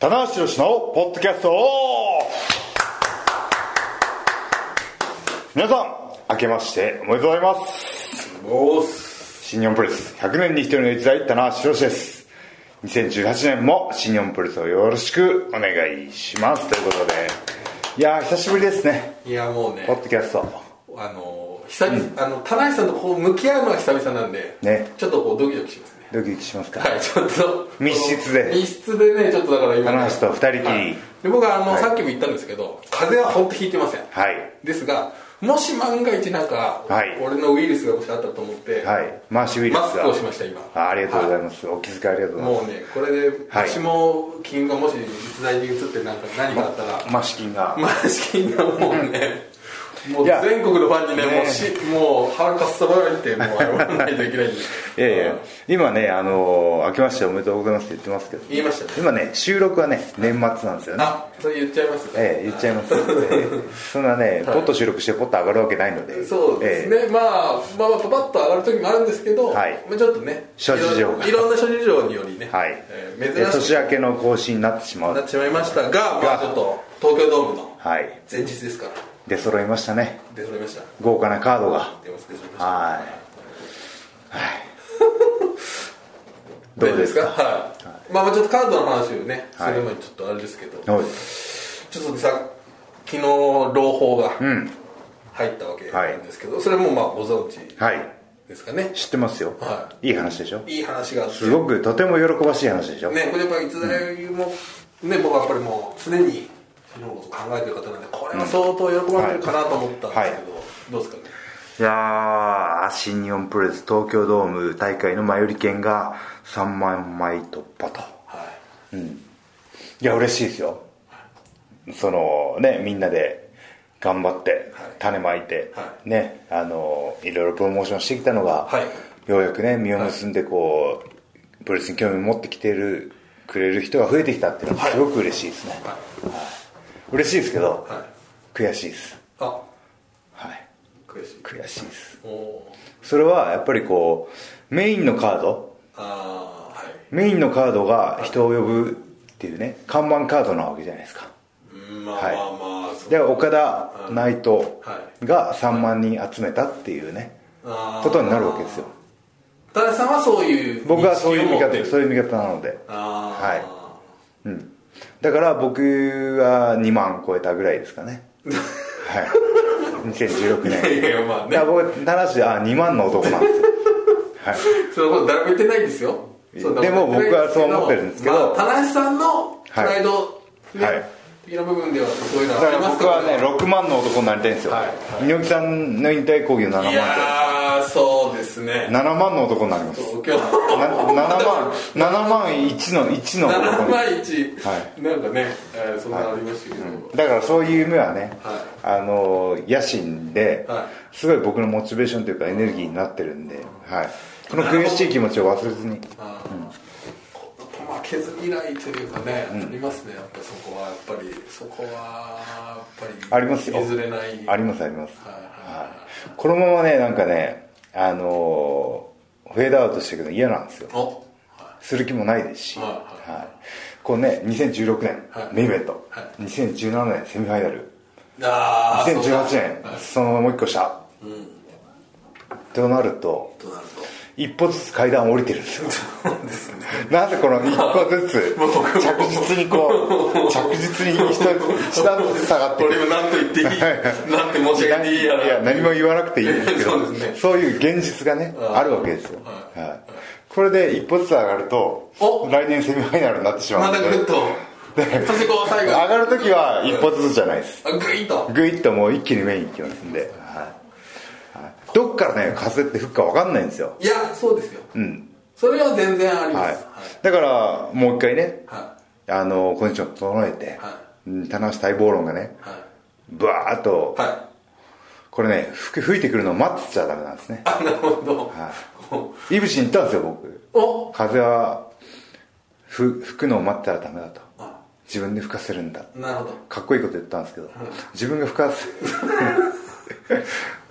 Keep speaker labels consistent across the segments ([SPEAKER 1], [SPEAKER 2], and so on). [SPEAKER 1] 棚橋宏のポッドキャストオフ皆さん明けましておめでとうございます
[SPEAKER 2] おーす
[SPEAKER 1] 新日本プロレス100年に一人の逸材棚橋宏です2018年も新日本プロレスをよろしくお願いしますということでいやー久しぶりですね
[SPEAKER 2] いやもうね
[SPEAKER 1] ポッドキャスト
[SPEAKER 2] あのー久々、あの田中さんとこう向き合うのは久々なんで、
[SPEAKER 1] ね
[SPEAKER 2] ちょっとこうドキドキしますね
[SPEAKER 1] ドキドキしますか
[SPEAKER 2] はいちょっと
[SPEAKER 1] 密室で
[SPEAKER 2] この密室でねちょっとだから今、
[SPEAKER 1] 棚
[SPEAKER 2] ね、
[SPEAKER 1] 橋と二人きり
[SPEAKER 2] はいで僕はあの、
[SPEAKER 1] はい
[SPEAKER 2] さっきも言ったんですけど風邪は本当ひいてません、
[SPEAKER 1] はい
[SPEAKER 2] ですがもし万が一なんか、
[SPEAKER 1] はい
[SPEAKER 2] 俺のウイルスがもしあったと思って、
[SPEAKER 1] はいマーシュウィルスが
[SPEAKER 2] マスクをしました今
[SPEAKER 1] あありがとうござい
[SPEAKER 2] は
[SPEAKER 1] ます、お気遣いありがとうござい
[SPEAKER 2] も
[SPEAKER 1] ま
[SPEAKER 2] う
[SPEAKER 1] す
[SPEAKER 2] ねこれで、
[SPEAKER 1] はい
[SPEAKER 2] 私も菌がもし実在に移ってなんか何かあったら、
[SPEAKER 1] マシキンが
[SPEAKER 2] マジキンがもうね、もう
[SPEAKER 1] いや
[SPEAKER 2] 全国のファンにね、
[SPEAKER 1] ね。
[SPEAKER 2] もうし、もう腹かっさばられて、もう謝らないといけないんで
[SPEAKER 1] いやいや、今ね、あのー明けましておめでとうございますって言ってますけど、
[SPEAKER 2] 言いましたね
[SPEAKER 1] 今ね、収録はね、年末なんですよね。
[SPEAKER 2] あ、それ言っちゃいますか。
[SPEAKER 1] ええ言っちゃいます、ええそんなね、ポッと収録してポッと上がるわけないので、
[SPEAKER 2] そうです
[SPEAKER 1] え
[SPEAKER 2] ね、まあ、まあ、パパッと上がる時もあるんですけど、
[SPEAKER 1] はい
[SPEAKER 2] まあちょっとね、
[SPEAKER 1] 諸事情が
[SPEAKER 2] いろんいろんな諸事情によりね、
[SPEAKER 1] えはい、
[SPEAKER 2] え
[SPEAKER 1] え
[SPEAKER 2] ー
[SPEAKER 1] え
[SPEAKER 2] 珍し
[SPEAKER 1] 年明けの更新になってしま
[SPEAKER 2] くなっ
[SPEAKER 1] う、
[SPEAKER 2] てしまいましたが、まあ、ちょっと東京ドームの
[SPEAKER 1] はい、
[SPEAKER 2] 前日ですから、
[SPEAKER 1] 出揃いましたね、
[SPEAKER 2] 出揃いました。
[SPEAKER 1] 豪華なカードが、
[SPEAKER 2] 出ます出揃いました。
[SPEAKER 1] はい、はい、どうです
[SPEAKER 2] 大丈夫
[SPEAKER 1] か、
[SPEAKER 2] はい。まあ、まあちょっとカードの話をね、そ
[SPEAKER 1] はい
[SPEAKER 2] れもちょっとあれですけど、
[SPEAKER 1] はい、
[SPEAKER 2] ちょっとさ昨日朗報が
[SPEAKER 1] ん
[SPEAKER 2] 入ったわけなんですけど、それもまあご存知
[SPEAKER 1] はい、
[SPEAKER 2] ですかね
[SPEAKER 1] 知ってますよ、、
[SPEAKER 2] はい
[SPEAKER 1] い話でしょ、
[SPEAKER 2] いい話があって
[SPEAKER 1] すごくとても喜ばしい話でしょ、
[SPEAKER 2] ねこれやっぱいつだよも、ね僕はやっぱりもう常に昨日のこと考えてる方なんでこれは相当喜ばれてるかなと思ったんですけど、どうですかね
[SPEAKER 1] いやー、新日本プロレス東京ドーム大会の前売り券が3万枚突破と。
[SPEAKER 2] はい
[SPEAKER 1] いや、嬉しいですよ。そのね、みんなで頑張って
[SPEAKER 2] はい、
[SPEAKER 1] 種まいて、
[SPEAKER 2] は
[SPEAKER 1] ね、あの、いろいろプロモーションしてきたのが、
[SPEAKER 2] はい
[SPEAKER 1] ようやくね、実を結んでこう、プロレスに興味を持ってきてる、くれる人が増えてきたっていうのは
[SPEAKER 2] はい
[SPEAKER 1] すごく嬉しいですね。
[SPEAKER 2] はい
[SPEAKER 1] 嬉しいですけど、
[SPEAKER 2] はい
[SPEAKER 1] 悔しいです。
[SPEAKER 2] あ
[SPEAKER 1] はい。
[SPEAKER 2] 悔しい
[SPEAKER 1] 悔しいです。
[SPEAKER 2] おおー
[SPEAKER 1] それはやっぱりこう、メインのカード、
[SPEAKER 2] ああはい
[SPEAKER 1] メインのカードが人を呼ぶっていうね看板カードなわけじゃないですか
[SPEAKER 2] うんまあま
[SPEAKER 1] はい
[SPEAKER 2] あまあそう
[SPEAKER 1] で岡田内藤が3万人集めたっていうね
[SPEAKER 2] あー
[SPEAKER 1] ことになるわけですよ
[SPEAKER 2] 田中さんはそういう
[SPEAKER 1] 僕はそういう見
[SPEAKER 2] 認識を持っ
[SPEAKER 1] 方
[SPEAKER 2] てる
[SPEAKER 1] そういう見方なので
[SPEAKER 2] あ
[SPEAKER 1] うんだから僕は2万超えたぐらいですかねはい2016
[SPEAKER 2] あ、い
[SPEAKER 1] 年
[SPEAKER 2] やいやま
[SPEAKER 1] だか
[SPEAKER 2] あ
[SPEAKER 1] ら
[SPEAKER 2] ね
[SPEAKER 1] 僕ただしあ2万の男なんですよ
[SPEAKER 2] そのこと誰も言ってないですよそんなこと
[SPEAKER 1] でも僕はそう思ってるんですけど
[SPEAKER 2] まあ田中さんのプライドね
[SPEAKER 1] はい
[SPEAKER 2] 的な部分ではそういうの
[SPEAKER 1] だか
[SPEAKER 2] はあり
[SPEAKER 1] ら
[SPEAKER 2] ます
[SPEAKER 1] 僕
[SPEAKER 2] から
[SPEAKER 1] はね6万の男になりたいんですよ
[SPEAKER 2] はいはい
[SPEAKER 1] 猪木さんの引退講義の7万
[SPEAKER 2] い
[SPEAKER 1] で
[SPEAKER 2] やーそうですね
[SPEAKER 1] 7万の男になります
[SPEAKER 2] 今日
[SPEAKER 1] な7万7万1の1の
[SPEAKER 2] 7万一
[SPEAKER 1] は
[SPEAKER 2] なんかねえーそんなのありましたけど
[SPEAKER 1] だからそういう夢はね、
[SPEAKER 2] は
[SPEAKER 1] あのー野心で、
[SPEAKER 2] は
[SPEAKER 1] すごい僕のモチベーションというかエネルギーになってるんで、はい、この悔しい気持ちを忘れずに
[SPEAKER 2] あーこう負けず嫌いというかねありますねやっぱそこはやっぱりそこはやっぱり
[SPEAKER 1] ありますよ
[SPEAKER 2] 譲れない
[SPEAKER 1] ありますあります、
[SPEAKER 2] はいはい
[SPEAKER 1] はい、このままねなんかねあのーフェードアウトしていくの嫌なんですよ
[SPEAKER 2] お
[SPEAKER 1] する気もないですし、
[SPEAKER 2] はい
[SPEAKER 1] いこうね2016年、
[SPEAKER 2] はい
[SPEAKER 1] メインイベント、
[SPEAKER 2] は
[SPEAKER 1] 2017年セミファイナル
[SPEAKER 2] あーそうだ
[SPEAKER 1] 2018年そのままもう一個下、となると
[SPEAKER 2] となると
[SPEAKER 1] 一歩ずつ階段を降りてるんですよなぜこの一歩ずつ
[SPEAKER 2] もう 僕も
[SPEAKER 1] 着実にこ う着実に一一段ずつ下がってい
[SPEAKER 2] 俺
[SPEAKER 1] く
[SPEAKER 2] も何と言っていいなんて申し上げていいやら
[SPEAKER 1] いや何も言わなくていいんですけど
[SPEAKER 2] そうですね
[SPEAKER 1] そういう現実がね
[SPEAKER 2] ん
[SPEAKER 1] あるわけですよ、
[SPEAKER 2] はい
[SPEAKER 1] はい、これで一歩ずつ上がると
[SPEAKER 2] お
[SPEAKER 1] 来年セミファイナルになってしま
[SPEAKER 2] ま
[SPEAKER 1] う
[SPEAKER 2] た
[SPEAKER 1] の
[SPEAKER 2] ぐ
[SPEAKER 1] で
[SPEAKER 2] るっとそしてこう最後
[SPEAKER 1] 上がるときは一歩ずつじゃないです
[SPEAKER 2] あグイッと
[SPEAKER 1] ぐいっともう一気に上に行きますんで、はいはい、どっからね風って吹くか分かんないんですよ
[SPEAKER 2] いやそうですよ
[SPEAKER 1] うん
[SPEAKER 2] それは全然あり
[SPEAKER 1] は
[SPEAKER 2] ま
[SPEAKER 1] い
[SPEAKER 2] すはい
[SPEAKER 1] だからもう一回ね
[SPEAKER 2] は
[SPEAKER 1] あのコンディション整えて、
[SPEAKER 2] は
[SPEAKER 1] うん棚橋待望論がね
[SPEAKER 2] いはい
[SPEAKER 1] ブワーッと、
[SPEAKER 2] はい
[SPEAKER 1] これね吹く吹いてくるのを待ってちゃダメなんですね
[SPEAKER 2] あなるほど
[SPEAKER 1] いぶしに行ったんですよ僕
[SPEAKER 2] お
[SPEAKER 1] 風はふ吹くのを待ってたらダメだと
[SPEAKER 2] あ
[SPEAKER 1] 自分で吹かせるんだ
[SPEAKER 2] なるほど
[SPEAKER 1] かっこいいこと言ったんですけど自分が吹かせ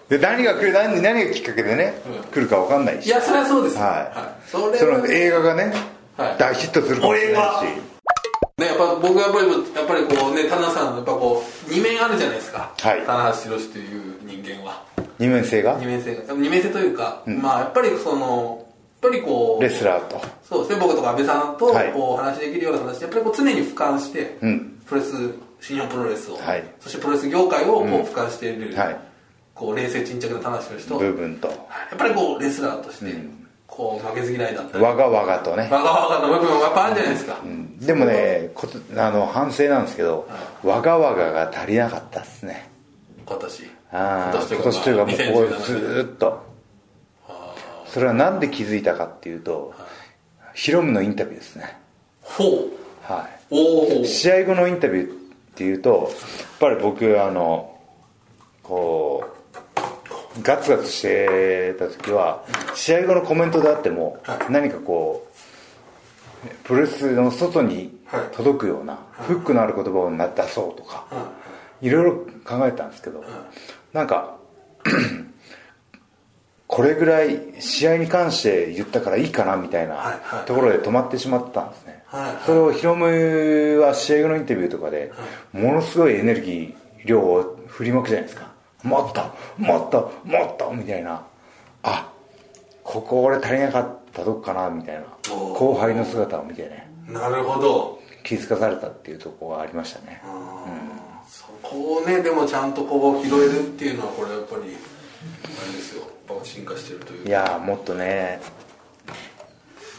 [SPEAKER 1] で何が来る何何がきっかけでね、来るか分かんない
[SPEAKER 2] い
[SPEAKER 1] し
[SPEAKER 2] やそれはそうです
[SPEAKER 1] はい
[SPEAKER 2] そ
[SPEAKER 1] そ
[SPEAKER 2] れは
[SPEAKER 1] の映画がね、
[SPEAKER 2] はい
[SPEAKER 1] 大ヒットするかもしれないし
[SPEAKER 2] お映ね、やっぱ僕はやっぱりやっぱりこうね田中さんやっぱこう二面あるじゃないですか、
[SPEAKER 1] はい
[SPEAKER 2] 棚橋宏という人間は
[SPEAKER 1] 二面性が
[SPEAKER 2] 二面性が二面性というか、まあやっぱりそのやっぱりこ
[SPEAKER 1] レ
[SPEAKER 2] う
[SPEAKER 1] スラーと
[SPEAKER 2] そうですね僕とか安倍さんと
[SPEAKER 1] はい
[SPEAKER 2] こうお話しできるような話やっぱりこう常に俯瞰して、
[SPEAKER 1] うん
[SPEAKER 2] プロレス新日本プロレスを、
[SPEAKER 1] はい
[SPEAKER 2] そしてプロレス業界をこう俯瞰している、
[SPEAKER 1] はい
[SPEAKER 2] こう冷静沈着な棚橋宏とや
[SPEAKER 1] 部分と
[SPEAKER 2] っぱりこうレスラーとして、こう負けず嫌いだったり
[SPEAKER 1] わがわがとね
[SPEAKER 2] わがわがの部分もやっぱあるんじゃないですか、
[SPEAKER 1] でもねことあの反省なんですけどわがわがが足りなかったっすね
[SPEAKER 2] 今年
[SPEAKER 1] ああ今年
[SPEAKER 2] 今年
[SPEAKER 1] と
[SPEAKER 2] と
[SPEAKER 1] い
[SPEAKER 2] いうう
[SPEAKER 1] か
[SPEAKER 2] か
[SPEAKER 1] もうここずーっとそれはなんで気づいたかっていうとヒロムのインタビューですね
[SPEAKER 2] ほう
[SPEAKER 1] はい
[SPEAKER 2] おお
[SPEAKER 1] 試合後のインタビューっていうとやっぱり僕あのこうガツガツしてた時は試合後のコメントであっても何かこうプロレスの外に届くようなフックのある言葉をな出そうとかいろいろ考えたんですけどなんか これぐらい試合に関して言ったからいいかなみたい
[SPEAKER 2] はい
[SPEAKER 1] な
[SPEAKER 2] はい
[SPEAKER 1] ところで止まってしまったんですね
[SPEAKER 2] はいはい
[SPEAKER 1] それをヒロムは試合後のインタビューとかでものすごいエネルギー量を振りまくじゃないですかもっともっともっとみたいなあここ俺足りなかったとこかなみたいな
[SPEAKER 2] おー
[SPEAKER 1] 後輩の姿を見てね
[SPEAKER 2] なるほど
[SPEAKER 1] 気づかされたっていうところがありましたね
[SPEAKER 2] そこをねでもちゃんとこう拾えるっていうのはこれやっぱりあれですよやっぱ進化してるという
[SPEAKER 1] いやーもっとね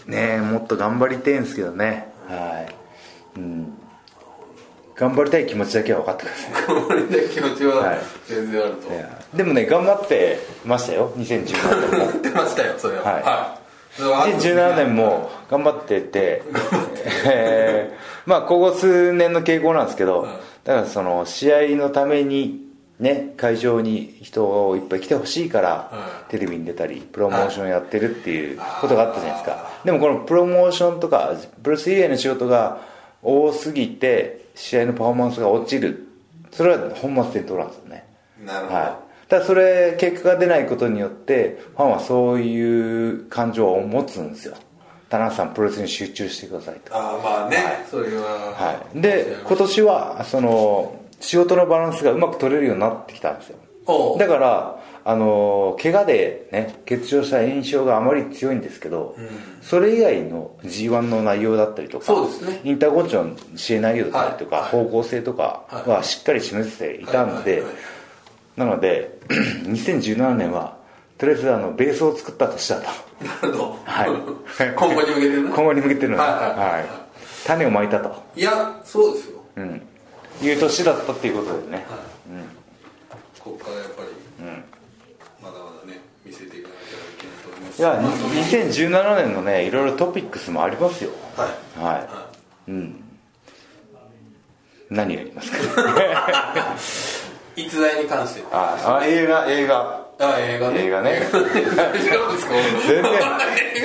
[SPEAKER 1] ねえもっと頑張りたいんですけどねはい、うん、頑張りたい気持ちだけは分かってください
[SPEAKER 2] これで気持ち
[SPEAKER 1] は
[SPEAKER 2] はい全然あると
[SPEAKER 1] いやでもね頑張ってましたよ2017年も
[SPEAKER 2] 思ってましたよそれは
[SPEAKER 1] はい
[SPEAKER 2] いそれは
[SPEAKER 1] 2017年も頑張って て、えーまあここ数年の傾向なんですけど、だからその試合のためにね会場に人をいっぱい来てほしいから、
[SPEAKER 2] う
[SPEAKER 1] テレビに出たりプロモーションやってるっていうことがあったじゃないですかでもこのプロモーションとかブルース以外の仕事が多すぎて試合のパフォーマンスが落ちるそれは本末転倒なんですよね
[SPEAKER 2] なるほど
[SPEAKER 1] はい、ただそれ結果が出ないことによってファンはそういう感情を持つんですよ田中さんプロレスに集中してくださいと、
[SPEAKER 2] ああまあねそれは
[SPEAKER 1] はい、で今年はその仕事のバランスがうまく取れるようになってきたんですよ
[SPEAKER 2] おう
[SPEAKER 1] だからあの怪我でね欠場した印象があまり強いんですけど、それ以外の g 1の内容だったりとか
[SPEAKER 2] そうですね
[SPEAKER 1] インターコンチの試合内容だったりとか、
[SPEAKER 2] はい
[SPEAKER 1] 方向性とかはしっかり示せていたので、
[SPEAKER 2] はいはいはい
[SPEAKER 1] なので 2017年はとりあえずあのベースを作った年だと
[SPEAKER 2] なるほど
[SPEAKER 1] はい
[SPEAKER 2] 今後に向けてね
[SPEAKER 1] 今後に向けての、
[SPEAKER 2] はいはいはい
[SPEAKER 1] はい種をまいたと、
[SPEAKER 2] いやそうですよ
[SPEAKER 1] うん、いう年だったっていうことでね、
[SPEAKER 2] ここからやっぱりまだまだね見せていかなきゃいけないと思います
[SPEAKER 1] いや2017年のねいろいろトピックスもありますよ
[SPEAKER 2] はい
[SPEAKER 1] はい、うん何やりますか
[SPEAKER 2] 逸材に関して
[SPEAKER 1] ああ映画映画
[SPEAKER 2] あ映画ね
[SPEAKER 1] 映画ね
[SPEAKER 2] 大丈夫で すか
[SPEAKER 1] 全然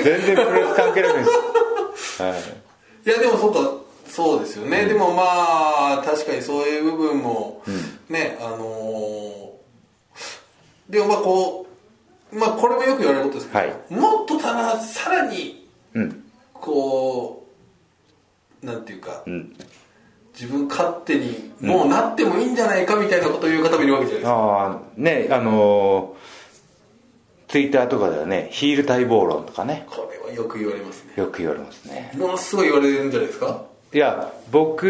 [SPEAKER 1] 全然プロレス関係なくない
[SPEAKER 2] いやでもそうかそうですよね、でもまあ確かにそういう部分も、ねあのーでもまあこうまあこれもよく言われることですけど、
[SPEAKER 1] はい
[SPEAKER 2] もっとたださらに
[SPEAKER 1] うん
[SPEAKER 2] こうなんていうか、
[SPEAKER 1] ん
[SPEAKER 2] 自分勝手にもうなってもいいんじゃないかみたいなことを言う方もいるわけじゃないですか、
[SPEAKER 1] ああねあのー、ツイッターとかではねヒール待望論とかね
[SPEAKER 2] これはよく言われますね
[SPEAKER 1] よく言われますね
[SPEAKER 2] ものすごい言われるんじゃないですか
[SPEAKER 1] いや僕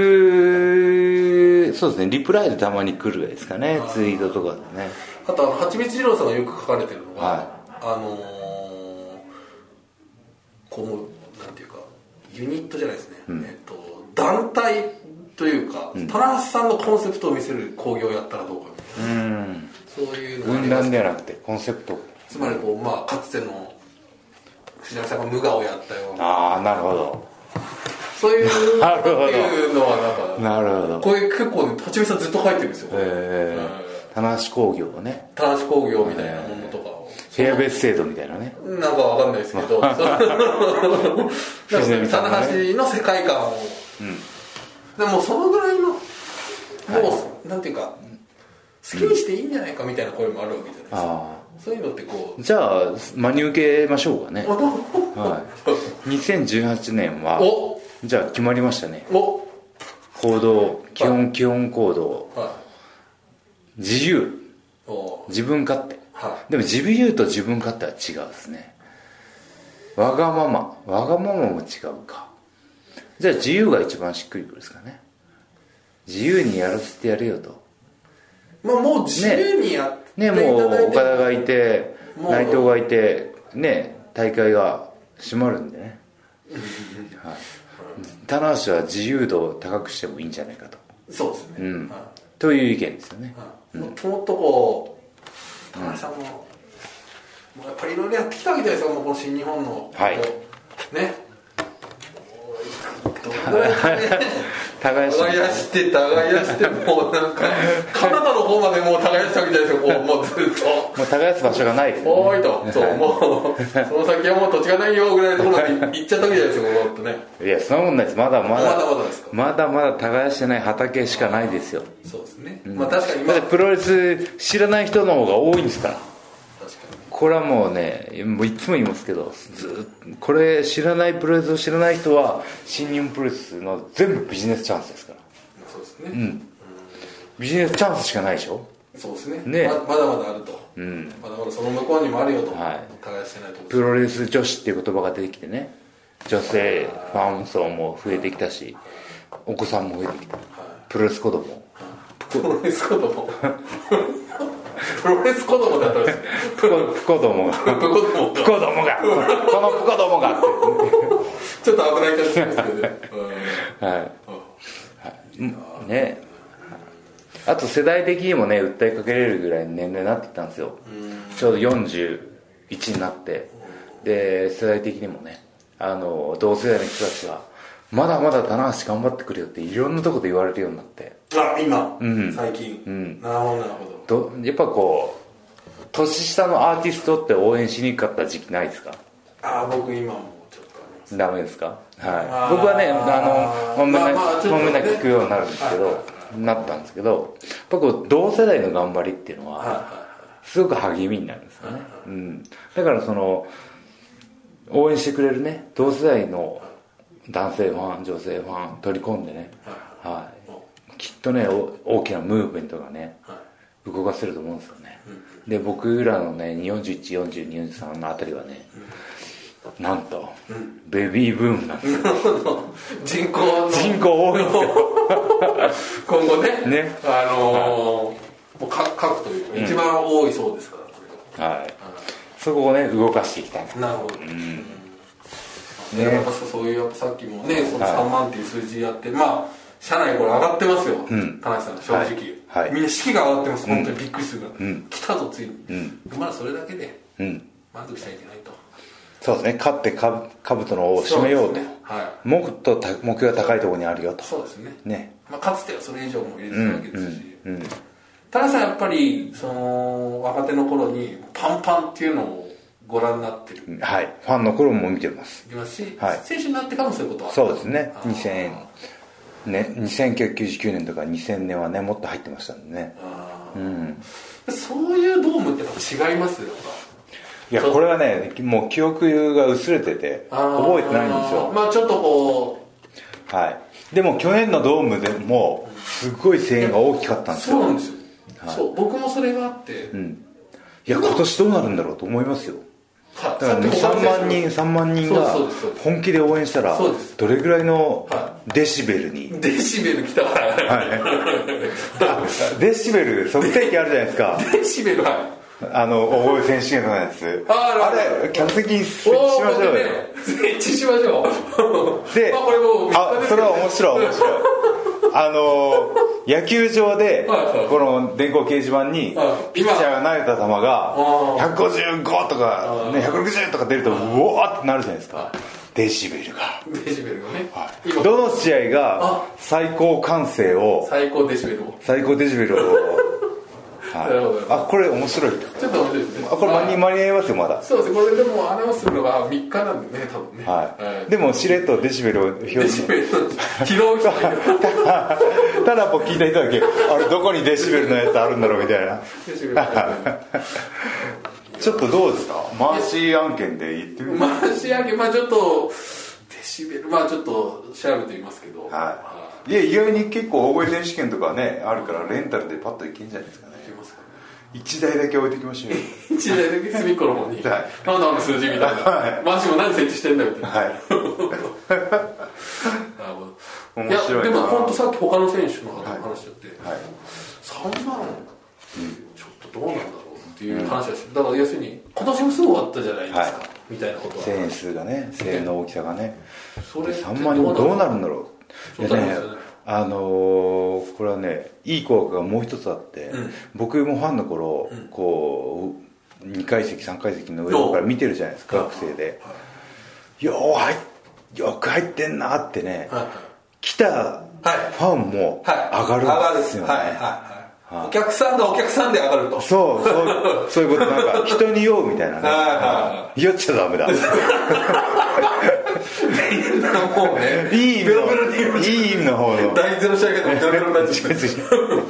[SPEAKER 1] そうですねリプライでたまに来るぐらいですかねツイートとかでね
[SPEAKER 2] あとあの八道二郎さんがよく書かれてるのが、
[SPEAKER 1] はい
[SPEAKER 2] あのー、こうなんていうかユニットじゃないですね、えっと、団体というか、田中さんのコンセプトを見せる興行をやったらどうかみたいなそういうのがあり
[SPEAKER 1] 軍
[SPEAKER 2] ま
[SPEAKER 1] 団
[SPEAKER 2] す
[SPEAKER 1] ではなくてコンセプト
[SPEAKER 2] つまりこう、まあ、かつての藤波さんが無我をやったような
[SPEAKER 1] ああなるほど
[SPEAKER 2] そうい う
[SPEAKER 1] なるほど
[SPEAKER 2] っていうのはなんか
[SPEAKER 1] なるほど
[SPEAKER 2] こういう結構ね八道さんずっと書いてるんですよ、これ
[SPEAKER 1] えー、棚橋工業をね
[SPEAKER 2] 田中工業みたいなものとかを。
[SPEAKER 1] フェアベース制度みたいなね
[SPEAKER 2] なんかわかんないです けど、その
[SPEAKER 1] 藤波さんの
[SPEAKER 2] 棚
[SPEAKER 1] ね
[SPEAKER 2] 橋の世界観を、でもそのぐらいの、もう、なんていうか、好きにしていいんじゃないかみたいな声もあるわけじゃないですか、
[SPEAKER 1] あ
[SPEAKER 2] そういうのってこ
[SPEAKER 1] あじゃあ真に受けましょうかね
[SPEAKER 2] う、
[SPEAKER 1] はい2018年は
[SPEAKER 2] お
[SPEAKER 1] じゃあ決まりましたね
[SPEAKER 2] お
[SPEAKER 1] 行動基本基本行動
[SPEAKER 2] は
[SPEAKER 1] 自由
[SPEAKER 2] いおー
[SPEAKER 1] 自分勝手
[SPEAKER 2] はい
[SPEAKER 1] でも自由と自分勝手は違うですねわがままわがままも違うかじゃあ自由が一番しっくりくるですかね自由にやらせてやれよと
[SPEAKER 2] まあもう自由にやって
[SPEAKER 1] ね
[SPEAKER 2] いただいて
[SPEAKER 1] も
[SPEAKER 2] も、
[SPEAKER 1] う岡田がいて
[SPEAKER 2] もう
[SPEAKER 1] 内藤がいてね大会が閉まるんで ね、はい、棚橋は自由度を高くしてもいいんじゃないかと
[SPEAKER 2] そうですね、
[SPEAKER 1] ん
[SPEAKER 2] はい
[SPEAKER 1] という意見ですよね
[SPEAKER 2] はいもっともっとこう田中さんも,、もうやっぱりいろいろやってきたわけじゃないですかもうこの新日本の、
[SPEAKER 1] はい
[SPEAKER 2] こうねどのぐらいね
[SPEAKER 1] 耕して
[SPEAKER 2] 耕して耕してもうなんかカナダの方までもう耕したわけじゃないですかこうもうずっと。
[SPEAKER 1] もう耕す場所がないです
[SPEAKER 2] お
[SPEAKER 1] よ
[SPEAKER 2] ー
[SPEAKER 1] ね
[SPEAKER 2] いと、そう、もう、その先はもう土地がないよぐらいのところまで行っちゃったわけじゃないですか、もうっとね。
[SPEAKER 1] いやそんなことないですまだま
[SPEAKER 2] ま
[SPEAKER 1] だ
[SPEAKER 2] だまだですか。
[SPEAKER 1] まだまだ耕してない畑しかないですよ
[SPEAKER 2] そうですね。まあ確かに、ま
[SPEAKER 1] だ
[SPEAKER 2] あ
[SPEAKER 1] ってプロレス知らない人の方が多いんですから
[SPEAKER 2] 確かに。
[SPEAKER 1] これはもうねもういつも言いますけどずーっこれ知らないプロレスを知らない人は新日本プロレスの全部ビジネスチャンスですから
[SPEAKER 2] そうですね。うん
[SPEAKER 1] ビジネスチャンスしかないでしょ
[SPEAKER 2] そうですね
[SPEAKER 1] ね
[SPEAKER 2] ままだまだあると、まだまだその向こうにもあるよと、
[SPEAKER 1] はい
[SPEAKER 2] 耕してないとこ
[SPEAKER 1] プロレス女子っていう言葉が出てきてね女性ファン層も増えてきたしお子さんも増えてきたプロレス子供
[SPEAKER 2] プロレス子供プロレス子供だったんです
[SPEAKER 1] プコプコどもが
[SPEAKER 2] プコ子供
[SPEAKER 1] プコどもがこのプコどもがって
[SPEAKER 2] ちょっと危ない感じしますけどね、うん
[SPEAKER 1] はいうんねあと世代的にもね訴えかけれるぐらいの年齢になってきたんですよちょうど41になってで世代的にもねあの同世代の人たちはまだまだ棚橋頑張ってくれよっていろんなとこで言われるようになって
[SPEAKER 2] あ今、最近、なるほどなるほど
[SPEAKER 1] どやっぱこう年下のアーティストって応援しにくかった時期ないですか
[SPEAKER 2] あ僕今もうちょっとあります
[SPEAKER 1] ダメですか、は
[SPEAKER 2] あー
[SPEAKER 1] い、僕はねあのまめな
[SPEAKER 2] まあまあちょっとね
[SPEAKER 1] まめな聞くようになるんですけ
[SPEAKER 2] は
[SPEAKER 1] ど、なったんですけどやっぱこう同世代の頑張りっていうの
[SPEAKER 2] はいは
[SPEAKER 1] はすごく励みになるんですよね、うん、だからその応援してくれるね同世代の男性ファン女性ファン取り込んでね、はい、きっとねお大きなムーブメントがね
[SPEAKER 2] いはい
[SPEAKER 1] 動かせると思うんですよね、で僕らのね414243のあたりはね、なんと、ベビーブームなんですよ
[SPEAKER 2] なるほど人口の
[SPEAKER 1] 人口多いんですよ
[SPEAKER 2] 今後ね
[SPEAKER 1] ね
[SPEAKER 2] あのーもうか各というか一番多いそうですから、これが
[SPEAKER 1] はいそこをね動かしていきたいな
[SPEAKER 2] なるほど、うん
[SPEAKER 1] ね
[SPEAKER 2] やっぱそういうやっぱさっきもねその
[SPEAKER 1] はい
[SPEAKER 2] 3万っていう数字やって、まあ社内これ上がってますよ、田中さん正直、
[SPEAKER 1] はいはい
[SPEAKER 2] みんな士気が上がってます本当にびっくりするから、来たぞついに、まだそれだけで
[SPEAKER 1] うん
[SPEAKER 2] 満足しちゃいけないと
[SPEAKER 1] そうですね勝ってかぶ兜の尾を締めようと
[SPEAKER 2] そうですねは
[SPEAKER 1] もっとた目標が高いところにあるよと
[SPEAKER 2] そうですね
[SPEAKER 1] ね
[SPEAKER 2] まあ、かつてはそれ以上も入れてたわけですし、田中さんやっぱりその若手の頃にパンパンっていうのをご覧になってる、い
[SPEAKER 1] はいファンの頃も見てます
[SPEAKER 2] きますし、
[SPEAKER 1] はい
[SPEAKER 2] 選手になってからもそういうことは
[SPEAKER 1] そうですね
[SPEAKER 2] あー
[SPEAKER 1] 2000ね2999年とか2000年はねもっと入ってましたんでね
[SPEAKER 2] あーそういうドームってやっぱ違いますよやっ
[SPEAKER 1] いやこれはねもう記憶が薄れてて
[SPEAKER 2] ぱあー
[SPEAKER 1] 覚えてないんですよ
[SPEAKER 2] まあちょっとこ
[SPEAKER 1] はいでも去年のドームでもすごい声援が大きかったん
[SPEAKER 2] う
[SPEAKER 1] です
[SPEAKER 2] そうな
[SPEAKER 1] よ
[SPEAKER 2] んですよ、そう僕もそれがあって、
[SPEAKER 1] いや今年どうなるんだろうと思いますよ
[SPEAKER 2] は
[SPEAKER 1] だから
[SPEAKER 2] さっきもお話
[SPEAKER 1] 3
[SPEAKER 2] しした
[SPEAKER 1] 万人3万人が
[SPEAKER 2] そうですそうです
[SPEAKER 1] 本気で応援したら
[SPEAKER 2] そうです
[SPEAKER 1] どれぐらいの
[SPEAKER 2] は
[SPEAKER 1] デシベルに
[SPEAKER 2] デシベル来たから、
[SPEAKER 1] デシベル測定器あるじゃないですか
[SPEAKER 2] デシベルはい
[SPEAKER 1] あの大江選手権のやつ
[SPEAKER 2] あ
[SPEAKER 1] あ
[SPEAKER 2] ーなるほど
[SPEAKER 1] れ客席に設
[SPEAKER 2] お
[SPEAKER 1] 置しまし
[SPEAKER 2] お
[SPEAKER 1] ょうよ
[SPEAKER 2] 設置しましょう
[SPEAKER 1] で、
[SPEAKER 2] まあこれもう
[SPEAKER 1] あそれは面白い面
[SPEAKER 2] い
[SPEAKER 1] 白い あのー野球場で
[SPEAKER 2] はいはい
[SPEAKER 1] この電光掲示板に
[SPEAKER 2] はい
[SPEAKER 1] ピッチャーが投げた球が
[SPEAKER 2] あ
[SPEAKER 1] 155とか、ね、160とか出るとうおーってなるじゃないですかデシベルが
[SPEAKER 2] デシベルがね、今
[SPEAKER 1] どの試合が
[SPEAKER 2] あ
[SPEAKER 1] 最高歓声を
[SPEAKER 2] 最高デシベルを
[SPEAKER 1] 最高デシベルを は
[SPEAKER 2] なるほど
[SPEAKER 1] いあこれ面白い
[SPEAKER 2] ちょっと面白いですね
[SPEAKER 1] あこれ間に間に合いますよまだ
[SPEAKER 2] そうですねこれでもアナウンスするのが3日なんでね多分ね
[SPEAKER 1] はいでもしれっとデシベルを表
[SPEAKER 2] デ
[SPEAKER 1] 示
[SPEAKER 2] シベル の疲労期
[SPEAKER 1] ただこう聞いた人だけあれどこにデシベルのやつあるんだろうみたいな
[SPEAKER 2] デシベルの
[SPEAKER 1] ちょっとどうですか回し案件で言ってみる
[SPEAKER 2] まあ仕上げまあちょっとデシベルまあちょっと調べてみますけど
[SPEAKER 1] はいや意外に結構大声選手権とかねあるからレンタルでパッといけんじゃないですかね
[SPEAKER 2] いけますかね
[SPEAKER 1] 1台だけ置いてきましょうよ
[SPEAKER 2] 一台だけ隅っこの方 に、
[SPEAKER 1] はい
[SPEAKER 2] なんだあの数字みたいな、
[SPEAKER 1] は
[SPEAKER 2] マジも何設置してんだよみたいな、
[SPEAKER 1] はい
[SPEAKER 2] なるほど
[SPEAKER 1] 面
[SPEAKER 2] いや
[SPEAKER 1] 白いな
[SPEAKER 2] でも本当さっき他の選手の話しちゃって、
[SPEAKER 1] はい
[SPEAKER 2] 3万、ちょっとどうなんだろうっていう話はして、だから要するに今年もすぐ終わったじゃないですか、
[SPEAKER 1] はい
[SPEAKER 2] みたいなことは
[SPEAKER 1] 声援数がね声援の大きさがね
[SPEAKER 2] それって
[SPEAKER 1] 3万人どうなるんだろう
[SPEAKER 2] そう
[SPEAKER 1] いや
[SPEAKER 2] な
[SPEAKER 1] ね
[SPEAKER 2] んですよね
[SPEAKER 1] あのーこれはねいい効果がもう一つあって、
[SPEAKER 2] うん
[SPEAKER 1] 僕もファンの頃、こう2階席3階席の上から見てるじゃないですか
[SPEAKER 2] うん
[SPEAKER 1] 学生でよー入っよく入ってんなってね、
[SPEAKER 2] はいはい
[SPEAKER 1] 来たファンも上がるんですよね、
[SPEAKER 2] はいはいはいはいお客さんがお客さんで上がると
[SPEAKER 1] そうそうそういうことなんか人に酔うみたいなね、
[SPEAKER 2] はいはいは
[SPEAKER 1] 酔っちゃダメ だ
[SPEAKER 2] もうね
[SPEAKER 1] いい意味
[SPEAKER 2] ベロベロに
[SPEAKER 1] のいい意味の方の
[SPEAKER 2] 第ゼロ試合がベロベロになっちゃってもう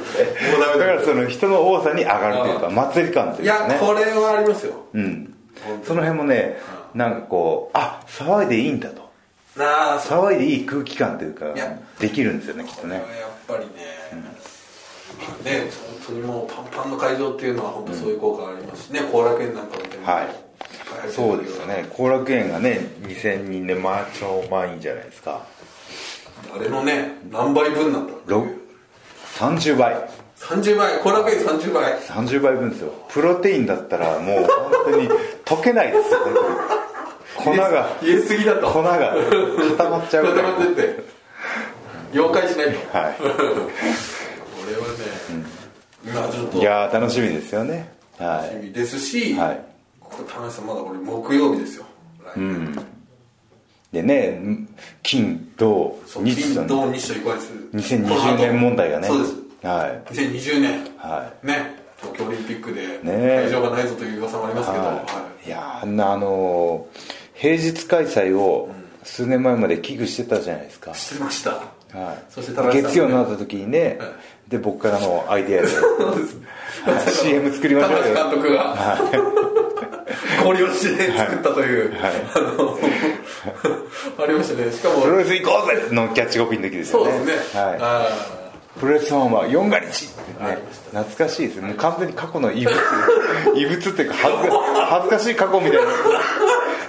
[SPEAKER 2] ダ
[SPEAKER 1] だ
[SPEAKER 2] メだ
[SPEAKER 1] からその人の多さに上がるというか
[SPEAKER 2] あ
[SPEAKER 1] 祭り感と
[SPEAKER 2] い
[SPEAKER 1] いうか
[SPEAKER 2] や
[SPEAKER 1] ね
[SPEAKER 2] これはありますよ
[SPEAKER 1] うんその辺もねなんかこうあ騒いでいいんだと
[SPEAKER 2] なあそ
[SPEAKER 1] 騒いでいい空気感というか
[SPEAKER 2] いや
[SPEAKER 1] できるんですよねきっと
[SPEAKER 2] れは
[SPEAKER 1] ね
[SPEAKER 2] やっぱりね、ね本当にもうパンパンの会場っていうのは本当そういう効果がありますしね後楽園なんか見ても
[SPEAKER 1] はい
[SPEAKER 2] っぱい入ってるけど
[SPEAKER 1] そうですよね後楽園がね2000人でまあ超満員じゃないですか
[SPEAKER 2] あれのね何倍分なんだろう
[SPEAKER 1] ろ30倍
[SPEAKER 2] 30倍後楽園30倍
[SPEAKER 1] 30倍分ですよプロテインだったらもう本当に溶けないですよね粉が
[SPEAKER 2] 入れすぎだと
[SPEAKER 1] 粉が固まっちゃうぐらい
[SPEAKER 2] 固まってって妖怪しないとこ
[SPEAKER 1] はい
[SPEAKER 2] れはね、今ちょっと
[SPEAKER 1] いやー楽しみですよねは
[SPEAKER 2] 楽しみですし、
[SPEAKER 1] い、はい、
[SPEAKER 2] ここ田中さんまだこれ木曜日ですよ来年、
[SPEAKER 1] でね金土
[SPEAKER 2] そう
[SPEAKER 1] 日と
[SPEAKER 2] 金土日と行われす
[SPEAKER 1] 2020年問題がね
[SPEAKER 2] そうです
[SPEAKER 1] は
[SPEAKER 2] 2020年、
[SPEAKER 1] は
[SPEAKER 2] ね東京オリンピックで
[SPEAKER 1] ね、
[SPEAKER 2] 会場がないぞという噂もありますけど、はい
[SPEAKER 1] いやーあんなあのー平日開催を数年前まで危惧してたじゃないですか
[SPEAKER 2] い、、してました
[SPEAKER 1] はい、
[SPEAKER 2] そして田中さんもね
[SPEAKER 1] 月曜になった時にね、
[SPEAKER 2] はい
[SPEAKER 1] で僕からのアイデアで
[SPEAKER 2] そうですね
[SPEAKER 1] はい CM 作りましょうよ
[SPEAKER 2] 高橋監督がご利用して作ったという、あのありましたねしかも
[SPEAKER 1] プロレス行こうぜのキャッチコピーの時です
[SPEAKER 2] そ
[SPEAKER 1] よ
[SPEAKER 2] う
[SPEAKER 1] ね
[SPEAKER 2] ですね、
[SPEAKER 1] は
[SPEAKER 2] あ
[SPEAKER 1] い、プロレスファンは4が日って
[SPEAKER 2] あ
[SPEAKER 1] ね
[SPEAKER 2] りまし
[SPEAKER 1] 懐かしいですねもう完全に過去の 異物異物っていうか恥ずか恥ずかしい過去みたいな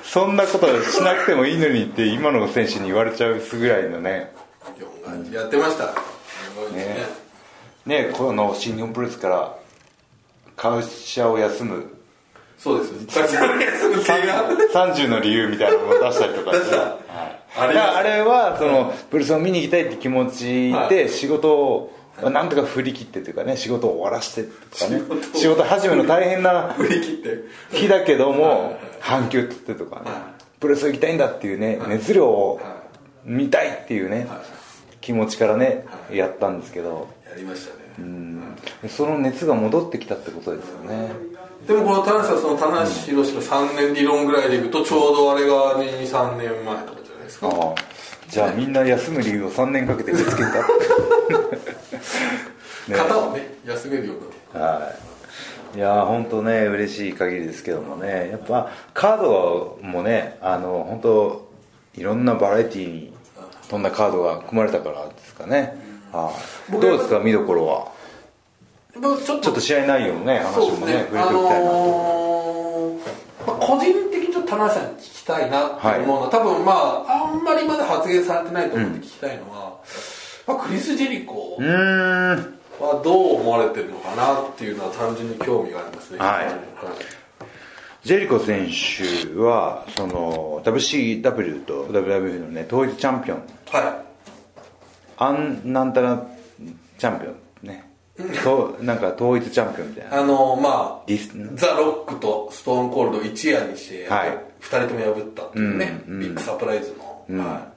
[SPEAKER 1] そんなことしなくてもいいのにって今の選手に言われちゃうぐらいのね
[SPEAKER 2] ー四眼字やってましたすごいですね
[SPEAKER 1] ねねこの新日本プロレスから会社を休む
[SPEAKER 2] そうです会社の休む系が
[SPEAKER 1] 30の理由みたいなのを出したりとか
[SPEAKER 2] 出
[SPEAKER 1] し
[SPEAKER 2] してた、あ
[SPEAKER 1] だか
[SPEAKER 2] れ
[SPEAKER 1] らあ
[SPEAKER 2] が
[SPEAKER 1] れはそのブルースを見に行きたいって気持ち
[SPEAKER 2] は
[SPEAKER 1] で仕事をなんとか振り切ってというかね仕事を終わらせてとかね
[SPEAKER 2] 仕事を
[SPEAKER 1] 仕事始めの大変な
[SPEAKER 2] 振り切って
[SPEAKER 1] 日だけども半休取ってとかね
[SPEAKER 2] は
[SPEAKER 1] ブルースを行きたいんだっていうね熱量を
[SPEAKER 2] は
[SPEAKER 1] 見たいっていうね気持ちからねやったんですけど
[SPEAKER 2] やりましたね、
[SPEAKER 1] その熱が戻ってきたってことですよね
[SPEAKER 2] でもこの田無さんその田無宏の3年理論ぐらいでいくとちょうどあれが23年前とかじゃないです
[SPEAKER 1] あ
[SPEAKER 2] か
[SPEAKER 1] あじゃあみんな休む理由を3年かけて見つけた
[SPEAKER 2] 肩をね休めるようになって
[SPEAKER 1] はい、いやー本当ね嬉しい限りですけどもねやっぱカードもねあの本当いろんなバラエティーに飛んだカードが組まれたからですかね、はいど
[SPEAKER 2] 僕
[SPEAKER 1] うですか見どころは
[SPEAKER 2] まあちょ
[SPEAKER 1] ちょ
[SPEAKER 2] っと
[SPEAKER 1] っと試合内容のね話
[SPEAKER 2] そう
[SPEAKER 1] も
[SPEAKER 2] で
[SPEAKER 1] ね
[SPEAKER 2] すね
[SPEAKER 1] 触れ
[SPEAKER 2] あ
[SPEAKER 1] ておきたいなと、
[SPEAKER 2] のーまあ個人的にちょっと田無さんに聞きたいなって思うのは、多分まああんまりまだ発言されてないと思って聞きたいのは、まあ、クリス・ジェリコ
[SPEAKER 1] うーん
[SPEAKER 2] はどう思われてるのかなっていうのは単純に興味がありますね
[SPEAKER 1] はい
[SPEAKER 2] はい
[SPEAKER 1] ジェリコ選手はその WCW と WWF のね統一チャンピオン
[SPEAKER 2] は
[SPEAKER 1] アンなんたらチャンピオンねとなんか統一チャンピオンみたい
[SPEAKER 2] い
[SPEAKER 1] な
[SPEAKER 2] あのまあ
[SPEAKER 1] ディスん
[SPEAKER 2] ザ・ロックとストーンコールドを一夜にして、
[SPEAKER 1] はい
[SPEAKER 2] 2人とも破ったっていうね、ビッグサプライズの、は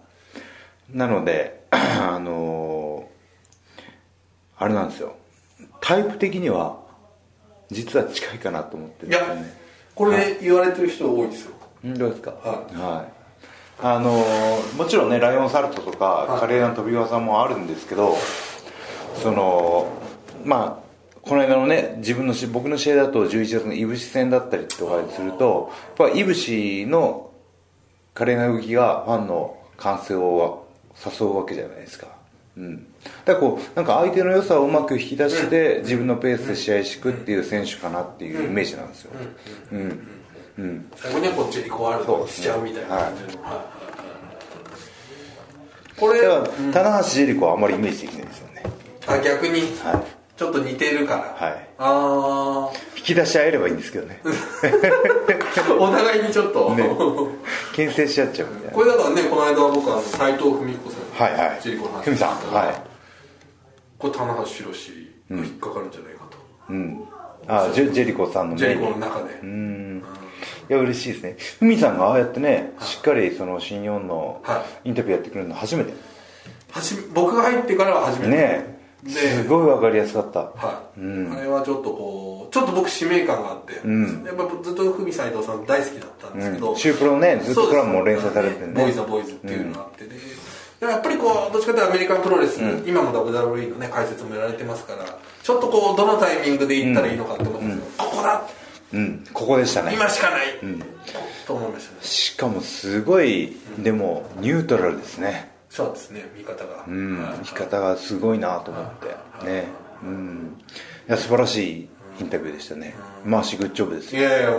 [SPEAKER 1] なので、 あのーあれなんですよ、タイプ的には、実は近いかなと思ってるん
[SPEAKER 2] い、い
[SPEAKER 1] ですよ
[SPEAKER 2] や
[SPEAKER 1] ね。
[SPEAKER 2] これ言われてる人多いですよ
[SPEAKER 1] うんどうですか、
[SPEAKER 2] はい
[SPEAKER 1] あのーもちろんね、ライオンサルトとか、
[SPEAKER 2] い
[SPEAKER 1] 華麗な飛び技もあるんですけど、その、まあ、この間のね、自分のし、僕の試合だと11月のいぶし戦だったりとかすると、やっぱいぶしの華麗な動きがファンの歓声を誘うわけじゃないですか。うん、だからこうなんか相手の良さをうまく引き出して、自分のペースで試合していくっていう選手かなっていうイメージなんですよ、
[SPEAKER 2] 最後にはこっちにこうある
[SPEAKER 1] そう
[SPEAKER 2] と
[SPEAKER 1] ですね
[SPEAKER 2] しちゃうみたいな感じの、はい
[SPEAKER 1] だから
[SPEAKER 2] こ
[SPEAKER 1] 棚橋ジェリコはあまりイメージできないんですよね
[SPEAKER 2] れあ逆に
[SPEAKER 1] はい
[SPEAKER 2] ちょっと似てるから、
[SPEAKER 1] はい
[SPEAKER 2] あ
[SPEAKER 1] 引き出し合えればいいんですけどね
[SPEAKER 2] あお互いにちょっと、
[SPEAKER 1] ね牽制し合っちゃうみたいな
[SPEAKER 2] これだからねこの間僕あの斎藤文彦さん
[SPEAKER 1] はいはい
[SPEAKER 2] ジェリコの話
[SPEAKER 1] ふみさんは
[SPEAKER 2] これ棚橋宏が引っかかるんじゃないかと、
[SPEAKER 1] い、うん、あジェジェリコさんの
[SPEAKER 2] ジェ
[SPEAKER 1] ね
[SPEAKER 2] リコの中で、
[SPEAKER 1] うんいや嬉しいですねふみさんがああやってねしっかりその新日本の
[SPEAKER 2] は
[SPEAKER 1] インタビューやってくれるの初めて
[SPEAKER 2] はじめ僕が入ってからは初めて
[SPEAKER 1] ね
[SPEAKER 2] で
[SPEAKER 1] すごい分かりやすかった
[SPEAKER 2] はいあれはちょっとこうちょっと僕使命感があって、やっぱずっと文斎藤さん大好きだったんですけど、
[SPEAKER 1] うんシュープロのねずっとコラムも連載されて
[SPEAKER 2] る
[SPEAKER 1] るね
[SPEAKER 2] ボーイズはボーイズっていうのがあってで、でもやっぱりこうどっちかというとアメリカンプロレス、今も WWE のね解説もやられてますからちょっとこうどのタイミングで行ったらいいのかって思ったんですけど、ここだ
[SPEAKER 1] うんここでしたね
[SPEAKER 2] 今しかない、と思いましたね
[SPEAKER 1] しかもすごいでもニュートラルですね
[SPEAKER 2] そうですね見方が、
[SPEAKER 1] うん
[SPEAKER 2] はい
[SPEAKER 1] 生き方がすごいなと思ってねうんいや素晴らしいインタビューでしたね回しグッジョブです
[SPEAKER 2] い
[SPEAKER 1] よ
[SPEAKER 2] やいや、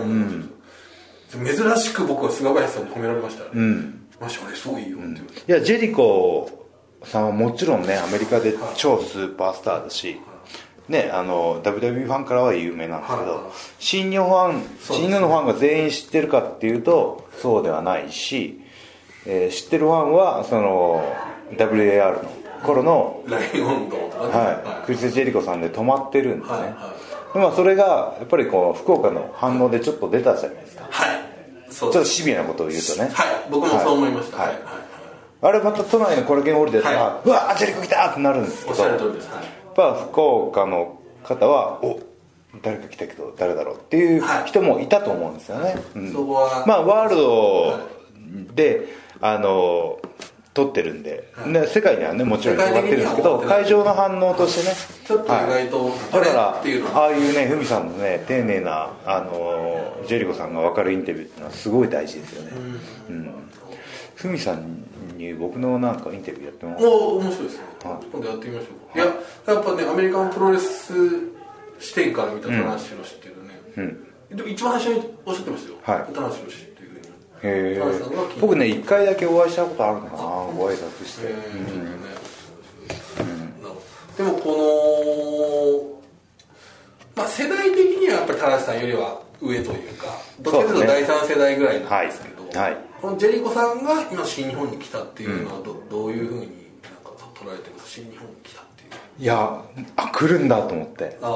[SPEAKER 2] 珍しく僕は菅林さんに褒められましたね、
[SPEAKER 1] ん
[SPEAKER 2] マジあれすごいいいよって言われて、
[SPEAKER 1] いやジェリコさんはもちろんねアメリカで超スーパースターだしね、あの WWE ファンからは有名なんですけ
[SPEAKER 2] はいはい
[SPEAKER 1] ど新日本ファン
[SPEAKER 2] そうですね
[SPEAKER 1] 新日本のファンが全員知ってるかっていうとそうではないし、えー知ってるファンはその WAR の頃の
[SPEAKER 2] ライン運動とかね、
[SPEAKER 1] はい、クリス・ジェリコさんで止まってるんですね、
[SPEAKER 2] はいはい
[SPEAKER 1] でまあ、それがやっぱりこう福岡の反応でちょっと出たじゃないですか
[SPEAKER 2] はい
[SPEAKER 1] ち
[SPEAKER 2] そう
[SPEAKER 1] ょっと
[SPEAKER 2] です
[SPEAKER 1] シビアなことを言うとね、
[SPEAKER 2] はい僕もそう思いました
[SPEAKER 1] は
[SPEAKER 2] はいい、
[SPEAKER 1] は
[SPEAKER 2] はいい
[SPEAKER 1] あれまた都内のコラケンオールでやったら、
[SPEAKER 2] は
[SPEAKER 1] うわージェリコ来たーってなるんですけ
[SPEAKER 2] おっ
[SPEAKER 1] ど
[SPEAKER 2] しゃ
[SPEAKER 1] やっ
[SPEAKER 2] る通りですはい
[SPEAKER 1] ぱ福岡の方はお誰か来たけど誰だろうっていう
[SPEAKER 2] はい
[SPEAKER 1] 人もいたと思うんですよね、うん
[SPEAKER 2] そこは
[SPEAKER 1] まあワールドで、あの撮ってるんで、ね、世界にはねもちろん広がってるんですけど
[SPEAKER 2] 世
[SPEAKER 1] 会
[SPEAKER 2] 界的に
[SPEAKER 1] 場の反応としてね
[SPEAKER 2] ちょっと意外と、
[SPEAKER 1] だか
[SPEAKER 2] あれ
[SPEAKER 1] ら
[SPEAKER 2] っていうのは
[SPEAKER 1] ああいうねふみさんのね丁寧なあのージェリコさんが分かるインタビューっていうのはすごい大事ですよねうんふみ、さんに僕のなんかインタビューやってもら
[SPEAKER 2] も
[SPEAKER 1] う
[SPEAKER 2] う面白いですね、
[SPEAKER 1] はい
[SPEAKER 2] 今度やってみましょうか、い、ややっぱねアメリカンプロレス視点から見た棚橋宏っていうのはね、でも一番最初におっしゃってましたよ、
[SPEAKER 1] はい
[SPEAKER 2] 棚橋宏っていうふうに
[SPEAKER 1] へ
[SPEAKER 2] 棚橋さんが聞い
[SPEAKER 1] え
[SPEAKER 2] て
[SPEAKER 1] 僕ね一回だけお会いしたことあるのかなご挨拶して、
[SPEAKER 2] えーちょっとねでもこの、まあ、世代的にはやっぱり田中さんよりは上というかどっちかとい
[SPEAKER 1] そう
[SPEAKER 2] うと
[SPEAKER 1] です
[SPEAKER 2] 第
[SPEAKER 1] ね
[SPEAKER 2] 三世代ぐらいなんですけど、
[SPEAKER 1] はいはい
[SPEAKER 2] このジェリコさんが今新日本に来たっていうのはど,、どういうふうになんか捉えてるんですか新日本に来たっていう
[SPEAKER 1] いやあ来るんだと思って
[SPEAKER 2] ああ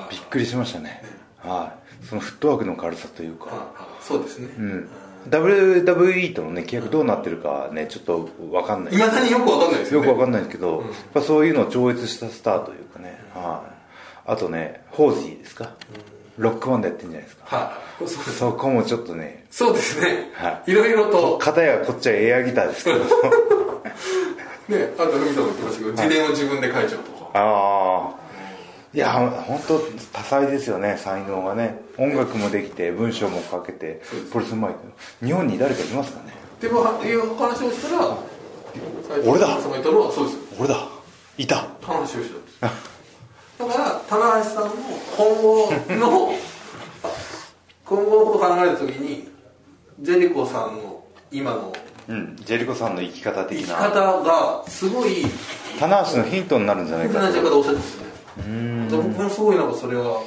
[SPEAKER 2] はい
[SPEAKER 1] びっくりしましたねはいそのフットワークの軽さという
[SPEAKER 2] はい
[SPEAKER 1] か、
[SPEAKER 2] はいそうですねい
[SPEAKER 1] うん
[SPEAKER 2] ま、
[SPEAKER 1] WWE とのね契約どうなってるかねちょっと分かんない
[SPEAKER 2] だによくわかんないです
[SPEAKER 1] よ
[SPEAKER 2] よ
[SPEAKER 1] く
[SPEAKER 2] ね
[SPEAKER 1] わかんないんですけど、やっぱそういうのを超越したスターというかね、はいあとねホージーですか、ロックマンでやってるんじゃないですか、
[SPEAKER 2] はいそうです
[SPEAKER 1] そこもちょっとね
[SPEAKER 2] そうですね、、
[SPEAKER 1] はい
[SPEAKER 2] ろいろと
[SPEAKER 1] 片やこっちはエアギターですけど
[SPEAKER 2] ねあと海さんも言ってましたけど自伝を自分で書いちゃうとか
[SPEAKER 1] ああいや本当多彩ですよね才能がね音楽もできて文章も書けてプロレスマイク日本に誰かいますかね
[SPEAKER 2] でもいう話をしたら
[SPEAKER 1] 俺だ
[SPEAKER 2] さんが言ったの はそうです
[SPEAKER 1] 俺だいた
[SPEAKER 2] 棚橋宏だったんですだから棚橋さんも今後の 今後のことを考えるときにジェリコさんの今の
[SPEAKER 1] うんジェリコさんの生き方
[SPEAKER 2] 生
[SPEAKER 1] 的
[SPEAKER 2] き
[SPEAKER 1] な
[SPEAKER 2] 方がすごい
[SPEAKER 1] 棚橋のヒントになるんじゃない
[SPEAKER 2] 変
[SPEAKER 1] か
[SPEAKER 2] な
[SPEAKER 1] と
[SPEAKER 2] 言い方をおっしゃってましたねだから僕もすごいなんかそれは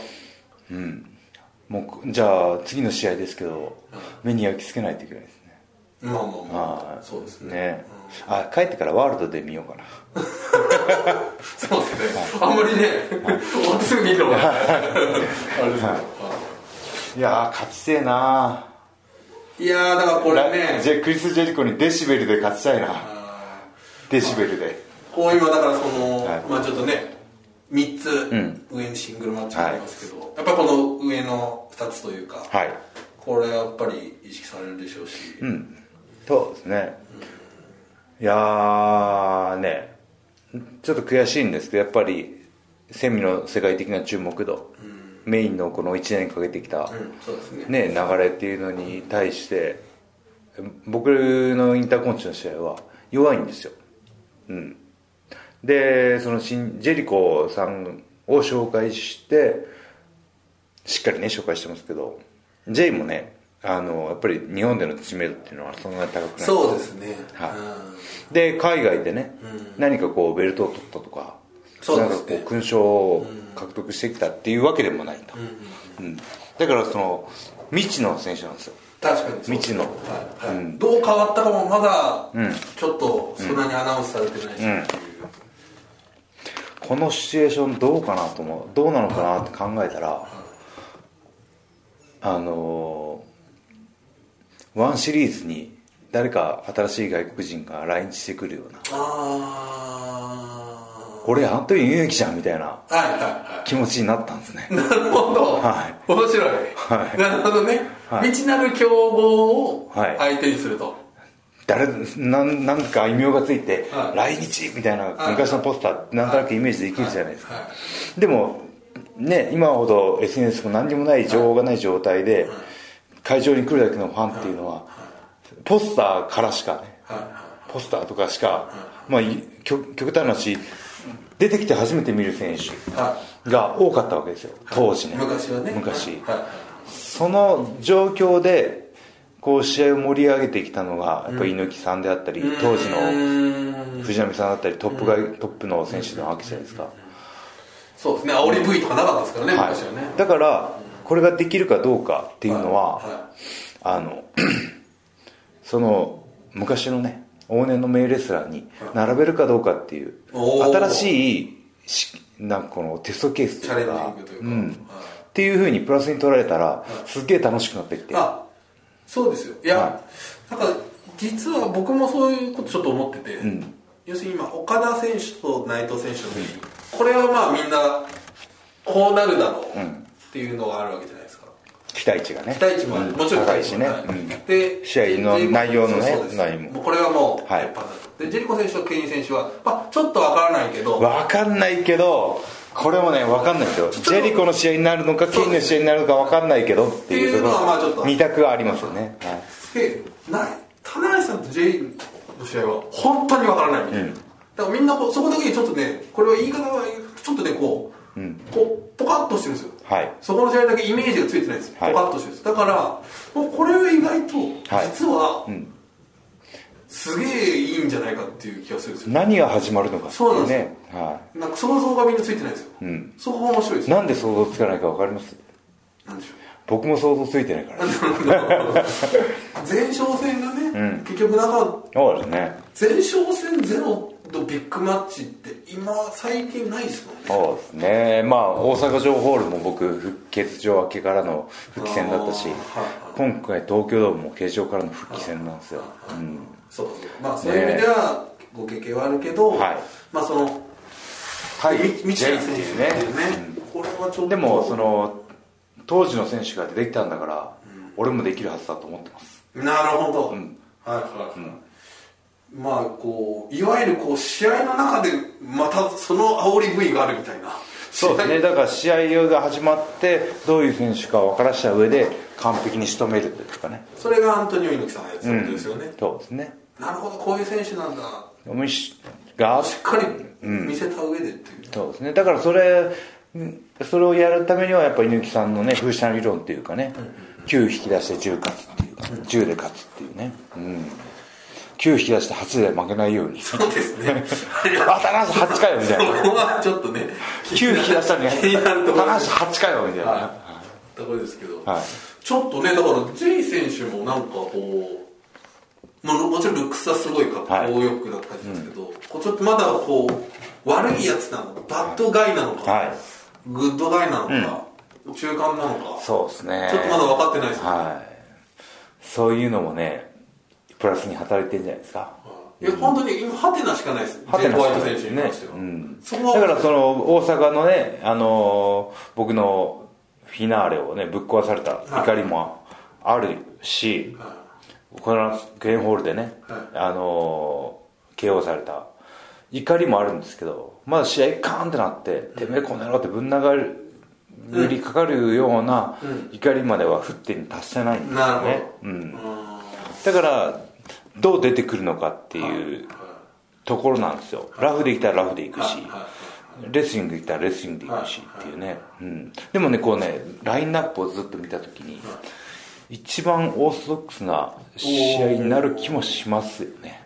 [SPEAKER 1] もうじゃあ次の試合ですけど目に焼き付けないといけないですね
[SPEAKER 2] まあまあま
[SPEAKER 1] は
[SPEAKER 2] あ
[SPEAKER 1] い
[SPEAKER 2] そうですね
[SPEAKER 1] ねあ帰ってからワールドで見ようかな
[SPEAKER 2] そうですねあんまりね終わってすぐ見るのがあれですけど
[SPEAKER 1] いやー勝ちてえない
[SPEAKER 2] やーだからこれね
[SPEAKER 1] ラジェクリス・ジェリコにデシベルで勝ちたいな
[SPEAKER 2] あー
[SPEAKER 1] デシベルで
[SPEAKER 2] こう今だからその、
[SPEAKER 1] はい
[SPEAKER 2] まあちょっとね3
[SPEAKER 1] ん
[SPEAKER 2] つ上にシングルマッチがありますけど、やっぱりこの上の2つというか、
[SPEAKER 1] はい
[SPEAKER 2] これやっぱり意識されるでしょうし、
[SPEAKER 1] うんそうですねいやーねちょっと悔しいんですけどやっぱりセミの世界的な注目度メインのこの1年かけてきた
[SPEAKER 2] うんそうです
[SPEAKER 1] ね、
[SPEAKER 2] ね
[SPEAKER 1] 流れっていうのに対して僕のインターコンチの試合は弱いんですよ、うん、でその新ジェリコさんを紹介してしっかりね紹介してますけど J もねあのやっぱり日本での知名度っていうのはそんなに高くない
[SPEAKER 2] そうですね、
[SPEAKER 1] はい
[SPEAKER 2] うん
[SPEAKER 1] で海外でね、何かこうベルトを取ったとか
[SPEAKER 2] そう
[SPEAKER 1] な
[SPEAKER 2] で
[SPEAKER 1] ん
[SPEAKER 2] すね
[SPEAKER 1] かこう勲章を獲得してきたっていうわけでもないと、うんだからその未知の選手なんですよ
[SPEAKER 2] 確かにそう
[SPEAKER 1] 未知の
[SPEAKER 2] はいはいどう変わったかもまだちょっとそんなにアナウンスされてないし、っていう
[SPEAKER 1] このシチュエーションどうかなと思うどうなのかなって考えたらあのーワンシリーズに誰か新しい外国人が来日してくるような
[SPEAKER 2] あ
[SPEAKER 1] これアントニー猪木じゃんみたいな
[SPEAKER 2] あはいはいは
[SPEAKER 1] 気持ちになったんですね
[SPEAKER 2] いなるほど、
[SPEAKER 1] は
[SPEAKER 2] 面白い、
[SPEAKER 1] はい
[SPEAKER 2] なるほどね、
[SPEAKER 1] はい
[SPEAKER 2] 未知なる競合を
[SPEAKER 1] はい
[SPEAKER 2] 相手にすると、
[SPEAKER 1] 誰なんなんか異名がついて、
[SPEAKER 2] は
[SPEAKER 1] 来
[SPEAKER 2] い
[SPEAKER 1] 日みたいな
[SPEAKER 2] はい
[SPEAKER 1] 昔のポスターってなんとなくイメージできるじゃないですか、
[SPEAKER 2] は
[SPEAKER 1] でもね今ほど SNS も何にもない情報がない状態で、会場に来るだけのファンっていうのは、ポスターからしかね
[SPEAKER 2] いは
[SPEAKER 1] ポスターとかしか、まあい極極端な話出てきて初めて見る選
[SPEAKER 2] いは
[SPEAKER 1] 手が多かったわけですよ当時ね
[SPEAKER 2] い昔はね
[SPEAKER 1] 昔、
[SPEAKER 2] はいはい
[SPEAKER 1] その状況でこう試合を盛り上げてきたのがやっぱ猪木さんであったり、当時
[SPEAKER 2] う
[SPEAKER 1] の
[SPEAKER 2] ーん
[SPEAKER 1] 藤波さんだったりトップが、トップの選手なわけじゃないですか、
[SPEAKER 2] そうですね煽り V とかなかったですからね、
[SPEAKER 1] は
[SPEAKER 2] 昔はね
[SPEAKER 1] い、だからこれができるかどうかっていうのは、
[SPEAKER 2] はいは
[SPEAKER 1] あの その昔のね往年の名レスラーに並べるかどうかっていう
[SPEAKER 2] おー
[SPEAKER 1] 新しいしなんかこのテストケース
[SPEAKER 2] チ
[SPEAKER 1] と
[SPEAKER 2] ャレ
[SPEAKER 1] いう
[SPEAKER 2] ン
[SPEAKER 1] か
[SPEAKER 2] ジングというか、
[SPEAKER 1] うん
[SPEAKER 2] はい
[SPEAKER 1] っていうふうにプラスに取られたらすっげえ楽しくなってきて
[SPEAKER 2] あそうですよいや、
[SPEAKER 1] は
[SPEAKER 2] なんか実は僕もそういうことちょっと思ってて、要するに今岡田選手と内藤選手の時にこれはまあみんなこうなるだろうっていうのがあるわけじゃないですか
[SPEAKER 1] 期待値がね
[SPEAKER 2] 期待値もある、もちろん
[SPEAKER 1] 高いしね、
[SPEAKER 2] はい
[SPEAKER 1] うん
[SPEAKER 2] で
[SPEAKER 1] 試合の内容のね
[SPEAKER 2] そうです
[SPEAKER 1] 内容も
[SPEAKER 2] うこれはもう
[SPEAKER 1] はい
[SPEAKER 2] 鉄板だとでジェリコ選手とケイン選手は、まあ、ちょっとわからないけど
[SPEAKER 1] わかんないけどこれもねわかんないですよジェリコの試合になるのかケインの試合になるのかわかんないけどっていうとこ
[SPEAKER 2] っていうのはまあちょっと
[SPEAKER 1] ろ二択はありますよね、はい
[SPEAKER 2] でな田中さんと J の試合は本当にわからないみたいな、だからみんなこうそこだけにちょっとねこれは言い方がちょっとねこう、こうポカッとしてるんですよ
[SPEAKER 1] はい
[SPEAKER 2] そこの試合だけイメージがついてないんですよ、
[SPEAKER 1] はい
[SPEAKER 2] ポカッとしてるんですだからもうこれは意外と
[SPEAKER 1] はい
[SPEAKER 2] 実は、
[SPEAKER 1] ん
[SPEAKER 2] すげえいいんじゃないかっていう気がするんですよ
[SPEAKER 1] 何が始まるのかって
[SPEAKER 2] そうないん
[SPEAKER 1] う
[SPEAKER 2] で
[SPEAKER 1] ねは
[SPEAKER 2] なんか想像がみんなついてないんですよ、
[SPEAKER 1] ん
[SPEAKER 2] そこが面白いです
[SPEAKER 1] い
[SPEAKER 2] よ
[SPEAKER 1] なんで想像つかないかわかります
[SPEAKER 2] なんで しょう
[SPEAKER 1] 僕も想像ついてないから
[SPEAKER 2] 前哨戦がね、結局なんか
[SPEAKER 1] そうですね
[SPEAKER 2] 前哨戦ゼロとビッグマッチって今最近ないですもんね
[SPEAKER 1] そうですねまあ大阪城ホールも僕復欠場明けからの復帰戦だったし
[SPEAKER 2] あーはい
[SPEAKER 1] 今回東京ドームも軽傷からの復帰戦なんですよ、うん、
[SPEAKER 2] そうそうまあそういう意味ではご経験はあるけど、
[SPEAKER 1] はい
[SPEAKER 2] まあその
[SPEAKER 1] はい
[SPEAKER 2] 未知な選手っていう
[SPEAKER 1] ジェイ
[SPEAKER 2] ね
[SPEAKER 1] っていうね
[SPEAKER 2] これはちょっと
[SPEAKER 1] でもその当時の選手が出てきたんだから、俺もできるはずだと思ってます
[SPEAKER 2] なるほど、
[SPEAKER 1] ん
[SPEAKER 2] はいはいはい、まあこういわゆるこう試合の中でまたその煽り部位があるみたいな
[SPEAKER 1] そうですねだから試合が始まってどういう選手か分からした上で完璧に仕留めるというかね
[SPEAKER 2] それがアントニオ猪木さんがやってたことですよね、
[SPEAKER 1] そうですね
[SPEAKER 2] なるほどこういう選手なんだ
[SPEAKER 1] おみしが
[SPEAKER 2] しっかり見せた上でっていう、
[SPEAKER 1] そうですねだからそれんそれをやるためにはやっぱ猪木さんのね風車理論っていうかね9引き出して10勝つっていうか10で勝つっていうねうん9引き出して8で負けないように
[SPEAKER 2] そうです ね
[SPEAKER 1] あ高橋8かよみたいな
[SPEAKER 2] そこはちょっとね
[SPEAKER 1] 9引き出したのに
[SPEAKER 2] 気になるところ
[SPEAKER 1] 高橋8かよみたいな、
[SPEAKER 2] ところですけど、
[SPEAKER 1] はい
[SPEAKER 2] ちょっとねだから J 選手もなんかこう、まあ、もちろんルックスはすごいかっ
[SPEAKER 1] はい
[SPEAKER 2] こよくなった感じですけど、こうちょっとまだこう悪いやつなのかバッドガイなのか、
[SPEAKER 1] はい
[SPEAKER 2] グッドガイなのか、中間なのか
[SPEAKER 1] そうですね
[SPEAKER 2] ちょっとまだ分かってないですね
[SPEAKER 1] はいそういうのもねプラスに働いてるんじゃないですか
[SPEAKER 2] いや本当に今ハテナしかないです
[SPEAKER 1] ハテナ
[SPEAKER 2] ホ
[SPEAKER 1] しか
[SPEAKER 2] ワイ
[SPEAKER 1] ない
[SPEAKER 2] ト選手に関しては、
[SPEAKER 1] ねうん
[SPEAKER 2] そこは
[SPEAKER 1] だからその大阪のね、あのー僕のフィナーレをねぶっ壊された怒りもあるし、このグレンホールでね、
[SPEAKER 2] は
[SPEAKER 1] あのー KO された怒りもあるんですけどまだ試合カーンってなって、てめえこの野郎ってぶん殴る塗りかかるような怒りまでは降ってに達してないんです
[SPEAKER 2] な
[SPEAKER 1] よ
[SPEAKER 2] る
[SPEAKER 1] ね
[SPEAKER 2] ほ、ど
[SPEAKER 1] うん、
[SPEAKER 2] うん
[SPEAKER 1] だからどう出てくるのかっていうところなんですよ、ラフで行ったらラフで行くし、
[SPEAKER 2] はいは
[SPEAKER 1] レスリング行ったらレスリングで行くしっていうね、うん、でもねこうねラインナップをずっと見た時に、一番オーソドックスな試合になる気もしますよね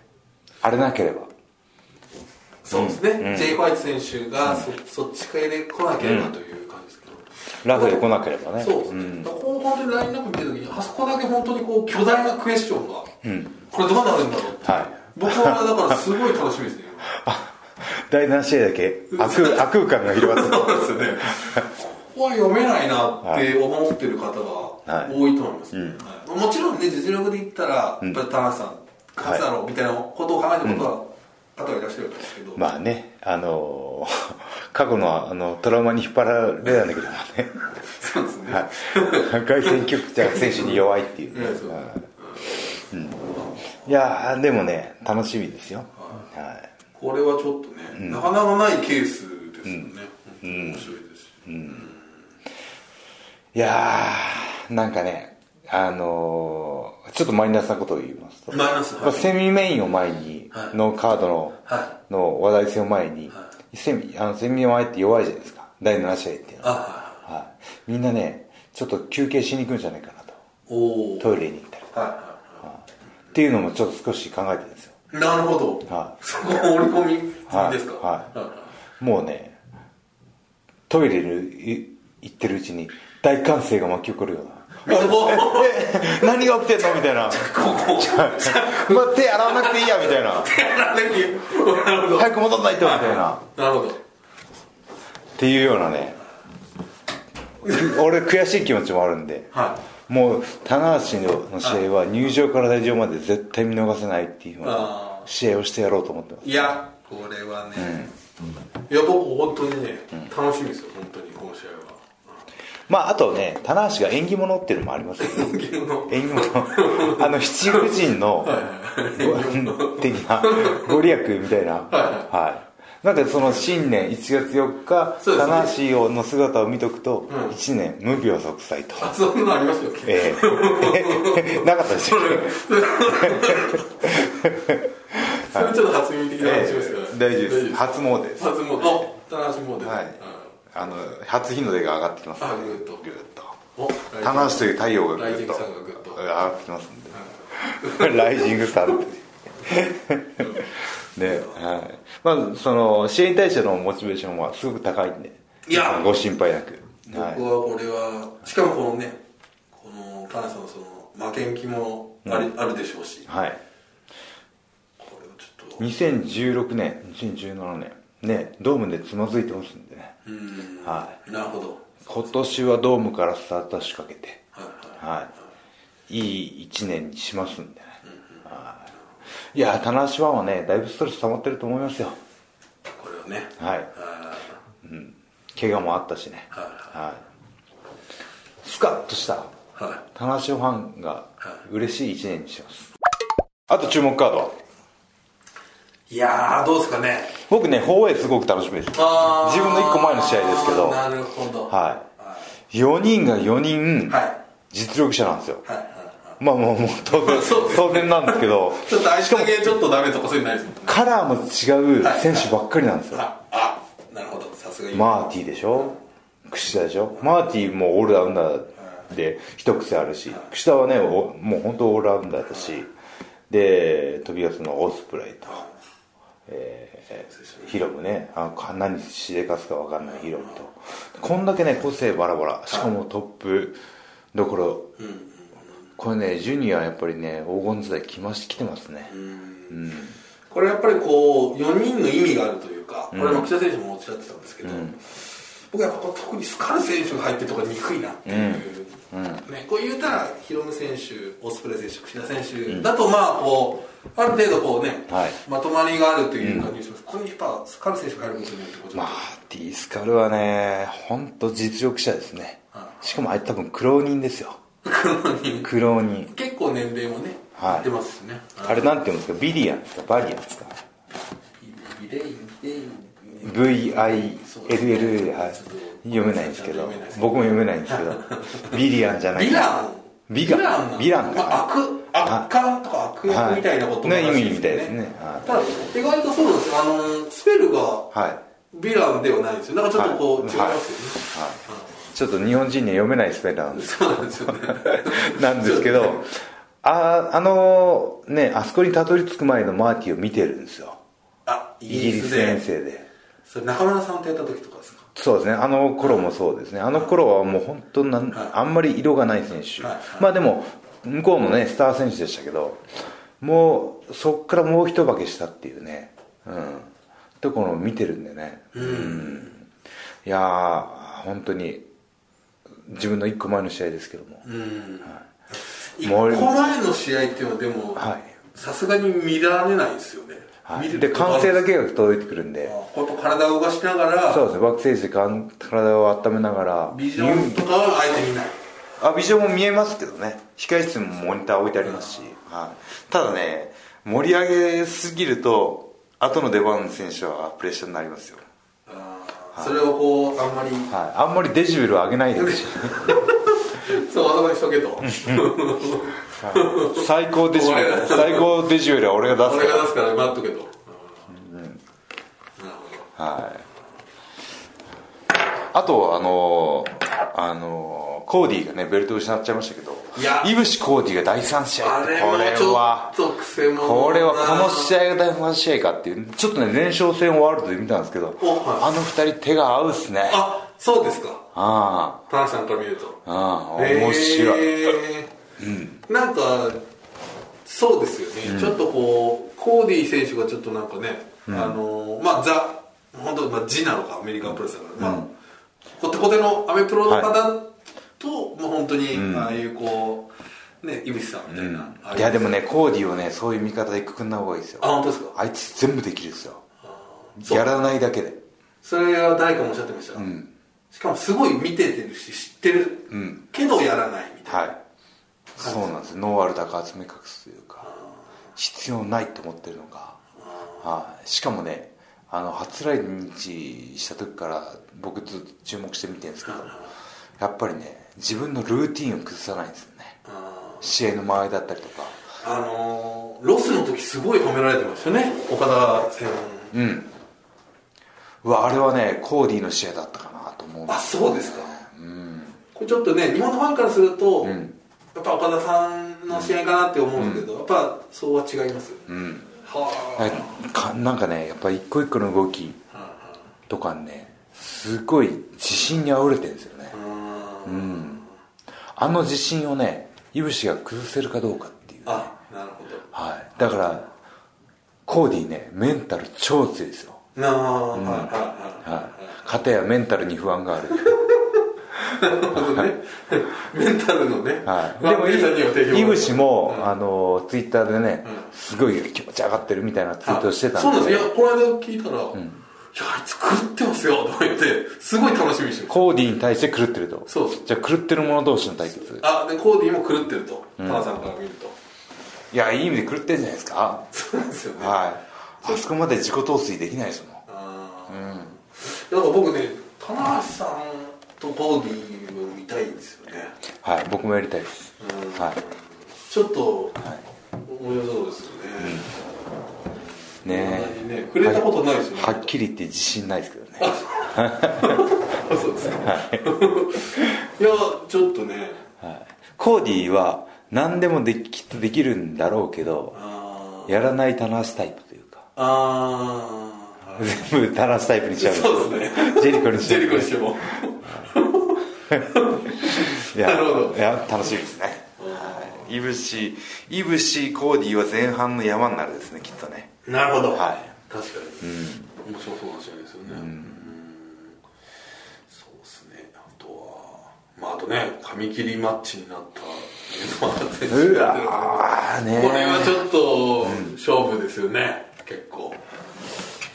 [SPEAKER 1] あれなければ
[SPEAKER 2] そうですね、ジェイ・ホワイト選手がそ,、っち系で来なければという感じですけど、
[SPEAKER 1] ラフで来なければね
[SPEAKER 2] そうですね、だからこう本当にラインナップ見た時にあそこだけ本当にこう巨大なクエスチョンが、これどうなるんだろうって、
[SPEAKER 1] はい
[SPEAKER 2] 僕はだからすごい楽しみですね
[SPEAKER 1] 第7試合だけ悪空悪空間が広がってる
[SPEAKER 2] そうですねここは読めないなって思ってる方が多いと思います、はいもちろんね実力で言ったらやっぱり田中さん勝つだろうみたいなことを考えてることは方がいらっしゃるんですけど、
[SPEAKER 1] まあねあのー 過去のあのトラウマに引っ張られたんだけどもね
[SPEAKER 2] そうですね、
[SPEAKER 1] はい、外線局長選手に弱いっていうね、
[SPEAKER 2] ええそう
[SPEAKER 1] はいうん、いやーでもね楽しみですよ、はい
[SPEAKER 2] これはちょっとね、なかなかないケースですよね、面白いですし、
[SPEAKER 1] いやーなんかねあのーちょっとマイナスなことを言いますと、
[SPEAKER 2] マイナスはい
[SPEAKER 1] セミメインを前に
[SPEAKER 2] はい
[SPEAKER 1] のカードの,、
[SPEAKER 2] は
[SPEAKER 1] の話題性を前に、
[SPEAKER 2] は
[SPEAKER 1] セミあのセミの前って弱いじゃないですか第7試合っていうのは、
[SPEAKER 2] あ
[SPEAKER 1] はい、みんなねちょっと休憩しに行くんじゃないかなと
[SPEAKER 2] おおー
[SPEAKER 1] トイレに行ったり
[SPEAKER 2] はいはいは
[SPEAKER 1] っていうのもちょっと少し考えてるんですよ
[SPEAKER 2] いなるほど、
[SPEAKER 1] は
[SPEAKER 2] そこは織り込み済みですか
[SPEAKER 1] はい
[SPEAKER 2] はい
[SPEAKER 1] もうねトイレに行ってるうちに大歓声が巻き起こるような
[SPEAKER 2] おー
[SPEAKER 1] え何が起きてんのみたいな
[SPEAKER 2] ここ
[SPEAKER 1] まあ手洗わなくていいやみたいな
[SPEAKER 2] なんだっけなるほど
[SPEAKER 1] 早く戻んないとみたいなっ
[SPEAKER 2] なるほど
[SPEAKER 1] ていうようなね俺悔しい気持ちもあるんで
[SPEAKER 2] は
[SPEAKER 1] もう棚橋の試合は入場から退場まで絶対見逃せないっていうような
[SPEAKER 2] あー
[SPEAKER 1] 試合をしてやろうと思ってます
[SPEAKER 2] いいやこれはね、いや僕本当にね、楽しみですよ本当にこの試合は
[SPEAKER 1] まああとね棚橋が縁起物っていうのもありますよね
[SPEAKER 2] 人間の
[SPEAKER 1] 縁起物あの七福神のご的なご利益みたいなはいなんかその新年1月4日
[SPEAKER 2] そうですね
[SPEAKER 1] 棚橋をの姿を見とくと1年無病息災と、
[SPEAKER 2] あそんなのありますよ
[SPEAKER 1] ええなかったでしたっ
[SPEAKER 2] それちょっと発言的
[SPEAKER 1] け、
[SPEAKER 2] な話ですから、
[SPEAKER 1] ええ大丈夫です初詣です
[SPEAKER 2] 初詣お棚橋詣
[SPEAKER 1] はいあの初日の出が上がってきます
[SPEAKER 2] あぐーっと
[SPEAKER 1] ぐーっと
[SPEAKER 2] うんお
[SPEAKER 1] 棚橋という太陽がぐ
[SPEAKER 2] ライジ
[SPEAKER 1] ー
[SPEAKER 2] ン
[SPEAKER 1] っ
[SPEAKER 2] グ
[SPEAKER 1] と
[SPEAKER 2] さんがグッと
[SPEAKER 1] 上がってきますんで ライジングサンってねはいまあその支援に対してのモチベーションはすごく高いんで
[SPEAKER 2] いや
[SPEAKER 1] ご心配なく
[SPEAKER 2] 僕
[SPEAKER 1] は
[SPEAKER 2] はいこれはしかもこのねこの田中さんのその負けん気もある,、あるでしょうし
[SPEAKER 1] はい、
[SPEAKER 2] これはちょっと
[SPEAKER 1] 2016年2017年ねドームでつまずいてますんでね
[SPEAKER 2] うーん
[SPEAKER 1] は
[SPEAKER 2] なるほど
[SPEAKER 1] 今年はドームからスタートダッシュかけて
[SPEAKER 2] はいはい
[SPEAKER 1] はいいい1年にしますんでね、はいいやー棚橋ファンはねだいぶストレス溜まってると思いますよ
[SPEAKER 2] これはね
[SPEAKER 1] はい
[SPEAKER 2] あ
[SPEAKER 1] 怪我もあったしね、
[SPEAKER 2] はい
[SPEAKER 1] はい、スカッとした
[SPEAKER 2] ーはい
[SPEAKER 1] 棚橋ファンが嬉しい1年にしますあと注目カードはい
[SPEAKER 2] やーどうですかね
[SPEAKER 1] 僕ね放映すごく楽しみです自
[SPEAKER 2] あー
[SPEAKER 1] 分の1個前の試合ですけど、
[SPEAKER 2] なるほど
[SPEAKER 1] はい、4人が4人、
[SPEAKER 2] はい
[SPEAKER 1] 実力者なんですよ
[SPEAKER 2] はいはいは
[SPEAKER 1] まあもうもう当然
[SPEAKER 2] そうですね
[SPEAKER 1] 当然なんですけど
[SPEAKER 2] いちょっと相手だけちょっとダメとかそういうのないですもんね
[SPEAKER 1] カラーも違う
[SPEAKER 2] はい
[SPEAKER 1] 選手ばっかりなんですよ
[SPEAKER 2] ああなるほどさすがに
[SPEAKER 1] マーティーでしょ櫛田でしょマーティーもオールラウンダーで一癖あるし櫛田はねおもう本当オールラウンダーだしでトビアスのオスプレイと、えーヒロムねあのか何しでかすか分かんないヒロムとこんだけね個性バラバラしかもトップどころこれねジュニアはやっぱりね黄金時代来まし来てますね
[SPEAKER 2] これやっぱりこう4人の意味があるというか、これも北選手もおっしゃってたんですけど、僕はやっぱこう特にスカル選手が入ってるところが憎いなっていう、ね、こう言うたらヒロム選手オスプレイ選手櫛田選手だとまあこうある程度こうね、
[SPEAKER 1] はい
[SPEAKER 2] まとまりがあるという感じがします、ここにやっぱスカル選手が入ることによってこと
[SPEAKER 1] まあ、ディスカルはね、本当実力者ですね
[SPEAKER 2] は。
[SPEAKER 1] しかもあいつ多分苦労人ですよ。苦労人。
[SPEAKER 2] 結構年齢もね、
[SPEAKER 1] はい
[SPEAKER 2] 出ますしね
[SPEAKER 1] あれなんて言うんですかビリアンですかバリアンですか
[SPEAKER 2] ビレインビレイン
[SPEAKER 1] ?VILLA、はい
[SPEAKER 2] ちょっと
[SPEAKER 1] 読めないんですけど
[SPEAKER 2] 読めないです、けど
[SPEAKER 1] 僕も読めないんですけど、ビリアンじゃない
[SPEAKER 2] ビラン
[SPEAKER 1] 美が
[SPEAKER 2] ヴィランな
[SPEAKER 1] ヴィランか
[SPEAKER 2] まあ、悪悪感とか悪役みたいなことの
[SPEAKER 1] はい
[SPEAKER 2] 話
[SPEAKER 1] ね意味みたいですねはい
[SPEAKER 2] ただ意外とそうなんですよあのスペルが
[SPEAKER 1] はい、は
[SPEAKER 2] ヴィランではないんですよなんかちょっとこう、
[SPEAKER 1] はい
[SPEAKER 2] 違います
[SPEAKER 1] い、ちょっと日本人には読めないスペルなん です
[SPEAKER 2] よね、そうなんですよね
[SPEAKER 1] なんですけどああのねあそこにたどり着く前のマーティを見てるんですよ
[SPEAKER 2] あイ
[SPEAKER 1] イ
[SPEAKER 2] ギ
[SPEAKER 1] ギ
[SPEAKER 2] リ
[SPEAKER 1] リ
[SPEAKER 2] ス
[SPEAKER 1] ス
[SPEAKER 2] で
[SPEAKER 1] 遠征で
[SPEAKER 2] それ中村さんとやった時とかですか
[SPEAKER 1] そうですねあの頃もそうですねあの頃はもう本当なん、
[SPEAKER 2] はい
[SPEAKER 1] あんまり色がない選手、
[SPEAKER 2] はいはい
[SPEAKER 1] まあでも向こうもねスター選手でしたけどもうそこからもう一化けしたっていうねうんところを見てるんでねうん、いやー本当に自分の一個前の試合ですけども、
[SPEAKER 2] うん一
[SPEAKER 1] もう
[SPEAKER 2] 個前の試合っていうのはでも
[SPEAKER 1] はい
[SPEAKER 2] さすがに見られないですよね、
[SPEAKER 1] は
[SPEAKER 2] 見
[SPEAKER 1] い、
[SPEAKER 2] る
[SPEAKER 1] で
[SPEAKER 2] ことは
[SPEAKER 1] 完成だけが届いてくるんで
[SPEAKER 2] あこうやって体を動かしながら
[SPEAKER 1] そうですね惑星時間体を温めながら
[SPEAKER 2] ビジョンとかはあえて見ない
[SPEAKER 1] あビジョンも見えますけどね控室にもモニター置いてありますし、はい、ただね盛り上げすぎると後の出番の選手はプレッシャーになりますよ、
[SPEAKER 2] あーそれをこうあんまり
[SPEAKER 1] はい、あんまりデジベルを上げないで ほしい
[SPEAKER 2] そう頭にしとけと
[SPEAKER 1] 最高デジベル最高デジベルは俺が出す
[SPEAKER 2] 俺
[SPEAKER 1] か
[SPEAKER 2] が出すから待っとけと、なる
[SPEAKER 1] ら、はい、あとあのーあのーコーディがねベルトを失っちゃいましたけど
[SPEAKER 2] いや
[SPEAKER 1] いぶしコーディが第3試合
[SPEAKER 2] ほど
[SPEAKER 1] っ
[SPEAKER 2] あ
[SPEAKER 1] て
[SPEAKER 2] れ
[SPEAKER 1] これは
[SPEAKER 2] もちょっとくせ者
[SPEAKER 1] これはこの
[SPEAKER 2] 合
[SPEAKER 1] 試合が第3試合かっていうちょっとね前哨戦終わると見たんですけど
[SPEAKER 2] おはい
[SPEAKER 1] あの2人手が合うっすねあ
[SPEAKER 2] あそうですか
[SPEAKER 1] あ
[SPEAKER 2] 田中さんから見ると
[SPEAKER 1] ああ面白い、
[SPEAKER 2] えーなんかそうですよね、ちょっとこうコーディ選手がちょっとなんかね、あのーまあザ本当まあ G なのかアメリカンプロレスだから、まあコテコテのアメプロの方と、まあ本当にああいうこうね井口さんみたいな、ああう
[SPEAKER 1] いやでもねコーディをねそういう見方でくくんだ方がいいですよ
[SPEAKER 2] あ本当ですか
[SPEAKER 1] あいつ全部できるんですよ
[SPEAKER 2] そう
[SPEAKER 1] やらないだけで
[SPEAKER 2] それは誰かもおっしゃってました、しかもすごい見ててるし知ってる、けどやらないみたいな、
[SPEAKER 1] はいそうなんですノーアルだか集め隠すというか必要ないと思ってるのか、はい、しかもねあの初来日した時から僕ずっと注目して見てるんですけどやっぱりね自分のルーティンを崩さないんですよね
[SPEAKER 2] あ
[SPEAKER 1] 試合の間合いだったりとか
[SPEAKER 2] ーあのーロスの時すごい褒められてましたよね岡田専
[SPEAKER 1] うんうわあれはねコーディの試合だったかなと思うんで
[SPEAKER 2] あ
[SPEAKER 1] す
[SPEAKER 2] そうですか、これちょっとね日本のファンからすると、
[SPEAKER 1] ん
[SPEAKER 2] やっぱ岡田さんの試合かなって思うんですけど、やっぱそうは違いますよ、うん、は
[SPEAKER 1] はいかなんかねやっぱ一個一個の動き
[SPEAKER 2] あは
[SPEAKER 1] とかねすごい自信にあふれてるんですよね、
[SPEAKER 2] あうん
[SPEAKER 1] あの自信をね、いぶしが崩せるかどうかっていう、
[SPEAKER 2] あなるほど
[SPEAKER 1] はい、だから、コーディね、メンタル超強いですよ、
[SPEAKER 2] なあ、はいはいはいはい
[SPEAKER 1] はい、片やメンタルに不安がある、
[SPEAKER 2] メンタルのね、
[SPEAKER 1] はい、
[SPEAKER 2] まあ皆さんには定評がある
[SPEAKER 1] いぶしも、あのツイッターでね、すごい気持ち上がってるみたいなツイートをしてた
[SPEAKER 2] あそうんな
[SPEAKER 1] で
[SPEAKER 2] んですいやこの間聞いたら、いやあいつ狂ってますよとか言ってすごい楽しみにしてまし
[SPEAKER 1] コーディに対して狂ってると
[SPEAKER 2] そうそう
[SPEAKER 1] じゃあ狂ってる者同士の対決
[SPEAKER 2] たあでコーディも狂ってると田中さんから見ると、
[SPEAKER 1] いやいい意味で狂ってるんじゃないですか
[SPEAKER 2] そうですよね
[SPEAKER 1] はいあそこまで自己陶酔できないですもん
[SPEAKER 2] あーなんか僕ね田中さんとコーディを見たいんですよね
[SPEAKER 1] はい僕もやりたいです
[SPEAKER 2] うん
[SPEAKER 1] は
[SPEAKER 2] ちょっと、面白そうですよね、
[SPEAKER 1] いね
[SPEAKER 2] そんなにね触れたことないですよね、
[SPEAKER 1] はっきり言って自信ないですけどね
[SPEAKER 2] あ そうですか、 い、やちょっとね
[SPEAKER 1] はいコーディは何でもでききっとできるんだろうけど
[SPEAKER 2] あー
[SPEAKER 1] やらない棚橋タイプというか
[SPEAKER 2] あーはい
[SPEAKER 1] 全部棚橋タイプにしちゃう
[SPEAKER 2] そうですね
[SPEAKER 1] ジェリコにしち
[SPEAKER 2] ジ
[SPEAKER 1] ゃ
[SPEAKER 2] ェ
[SPEAKER 1] う
[SPEAKER 2] リコにしても
[SPEAKER 1] いや
[SPEAKER 2] なるほど
[SPEAKER 1] いや楽しみですねはいいぶしいぶしコーディは前半の山になるですねきっとね
[SPEAKER 2] なるほど、
[SPEAKER 1] は
[SPEAKER 2] 確かに、面白そうな試合ですよね、うんそうですねあとはまああとね紙切りマッチになった水間選手
[SPEAKER 1] うわーね
[SPEAKER 2] これはちょっと勝負ですよね、結構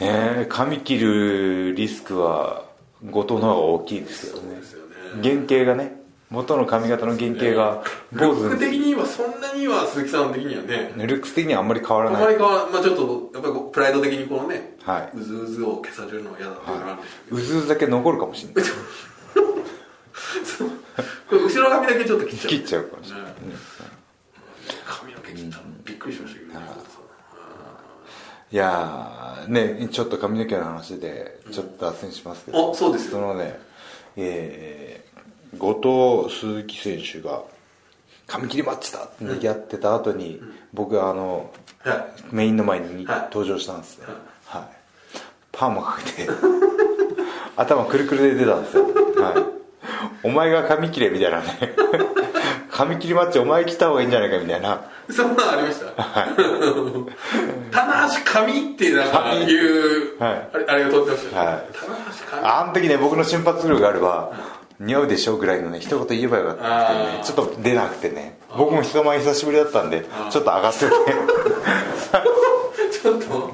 [SPEAKER 1] ね髪切るリスクは後藤の方が大きいですよね
[SPEAKER 2] ですよね
[SPEAKER 1] 原型がね元の髪型の原型が坊
[SPEAKER 2] 僕
[SPEAKER 1] 主
[SPEAKER 2] 的にはそんなには鈴木さん的にはね
[SPEAKER 1] ルックス的にはあんまり変わ
[SPEAKER 2] あ
[SPEAKER 1] ら
[SPEAKER 2] ん
[SPEAKER 1] ない
[SPEAKER 2] まりかは、まあ、ちょっとやっぱりこうプライド的にこのね、
[SPEAKER 1] はいう
[SPEAKER 2] ずうずを消されるのは嫌だっていうのがあるんでしょうけど
[SPEAKER 1] うずうずだけ残るかもしれない
[SPEAKER 2] これ後ろの髪だけちょっと切っちゃう
[SPEAKER 1] 切っちゃうかもしれない
[SPEAKER 2] ね髪の毛切ったのびっくりしましたけどね
[SPEAKER 1] いやーねちょっと髪の毛の話でちょっと脱線しますけど、
[SPEAKER 2] あそうですよ
[SPEAKER 1] そのねえー後藤鈴木選手が髪切りマッチだってやってた後に、僕はあの
[SPEAKER 2] はい
[SPEAKER 1] メインの前に
[SPEAKER 2] はい
[SPEAKER 1] 登場したんですね、はいパーマかけて 頭くるくるで出たんですよ、はい、お前が髪切れみたいなね 髪切りマッチお前切った方がいいんじゃないかみたいな
[SPEAKER 2] そんなのありましたはい棚橋髪ってなんかいう
[SPEAKER 1] はい
[SPEAKER 2] あれあれが通ってましたよ
[SPEAKER 1] はい
[SPEAKER 2] ね棚橋髪
[SPEAKER 1] あの時ね僕の瞬発力があれば似合うでしょうぐらいのね一言言えばよかったんですけどねちょっと出なくてね僕も人前久しぶりだったんでちょっと上がってて
[SPEAKER 2] ちょっと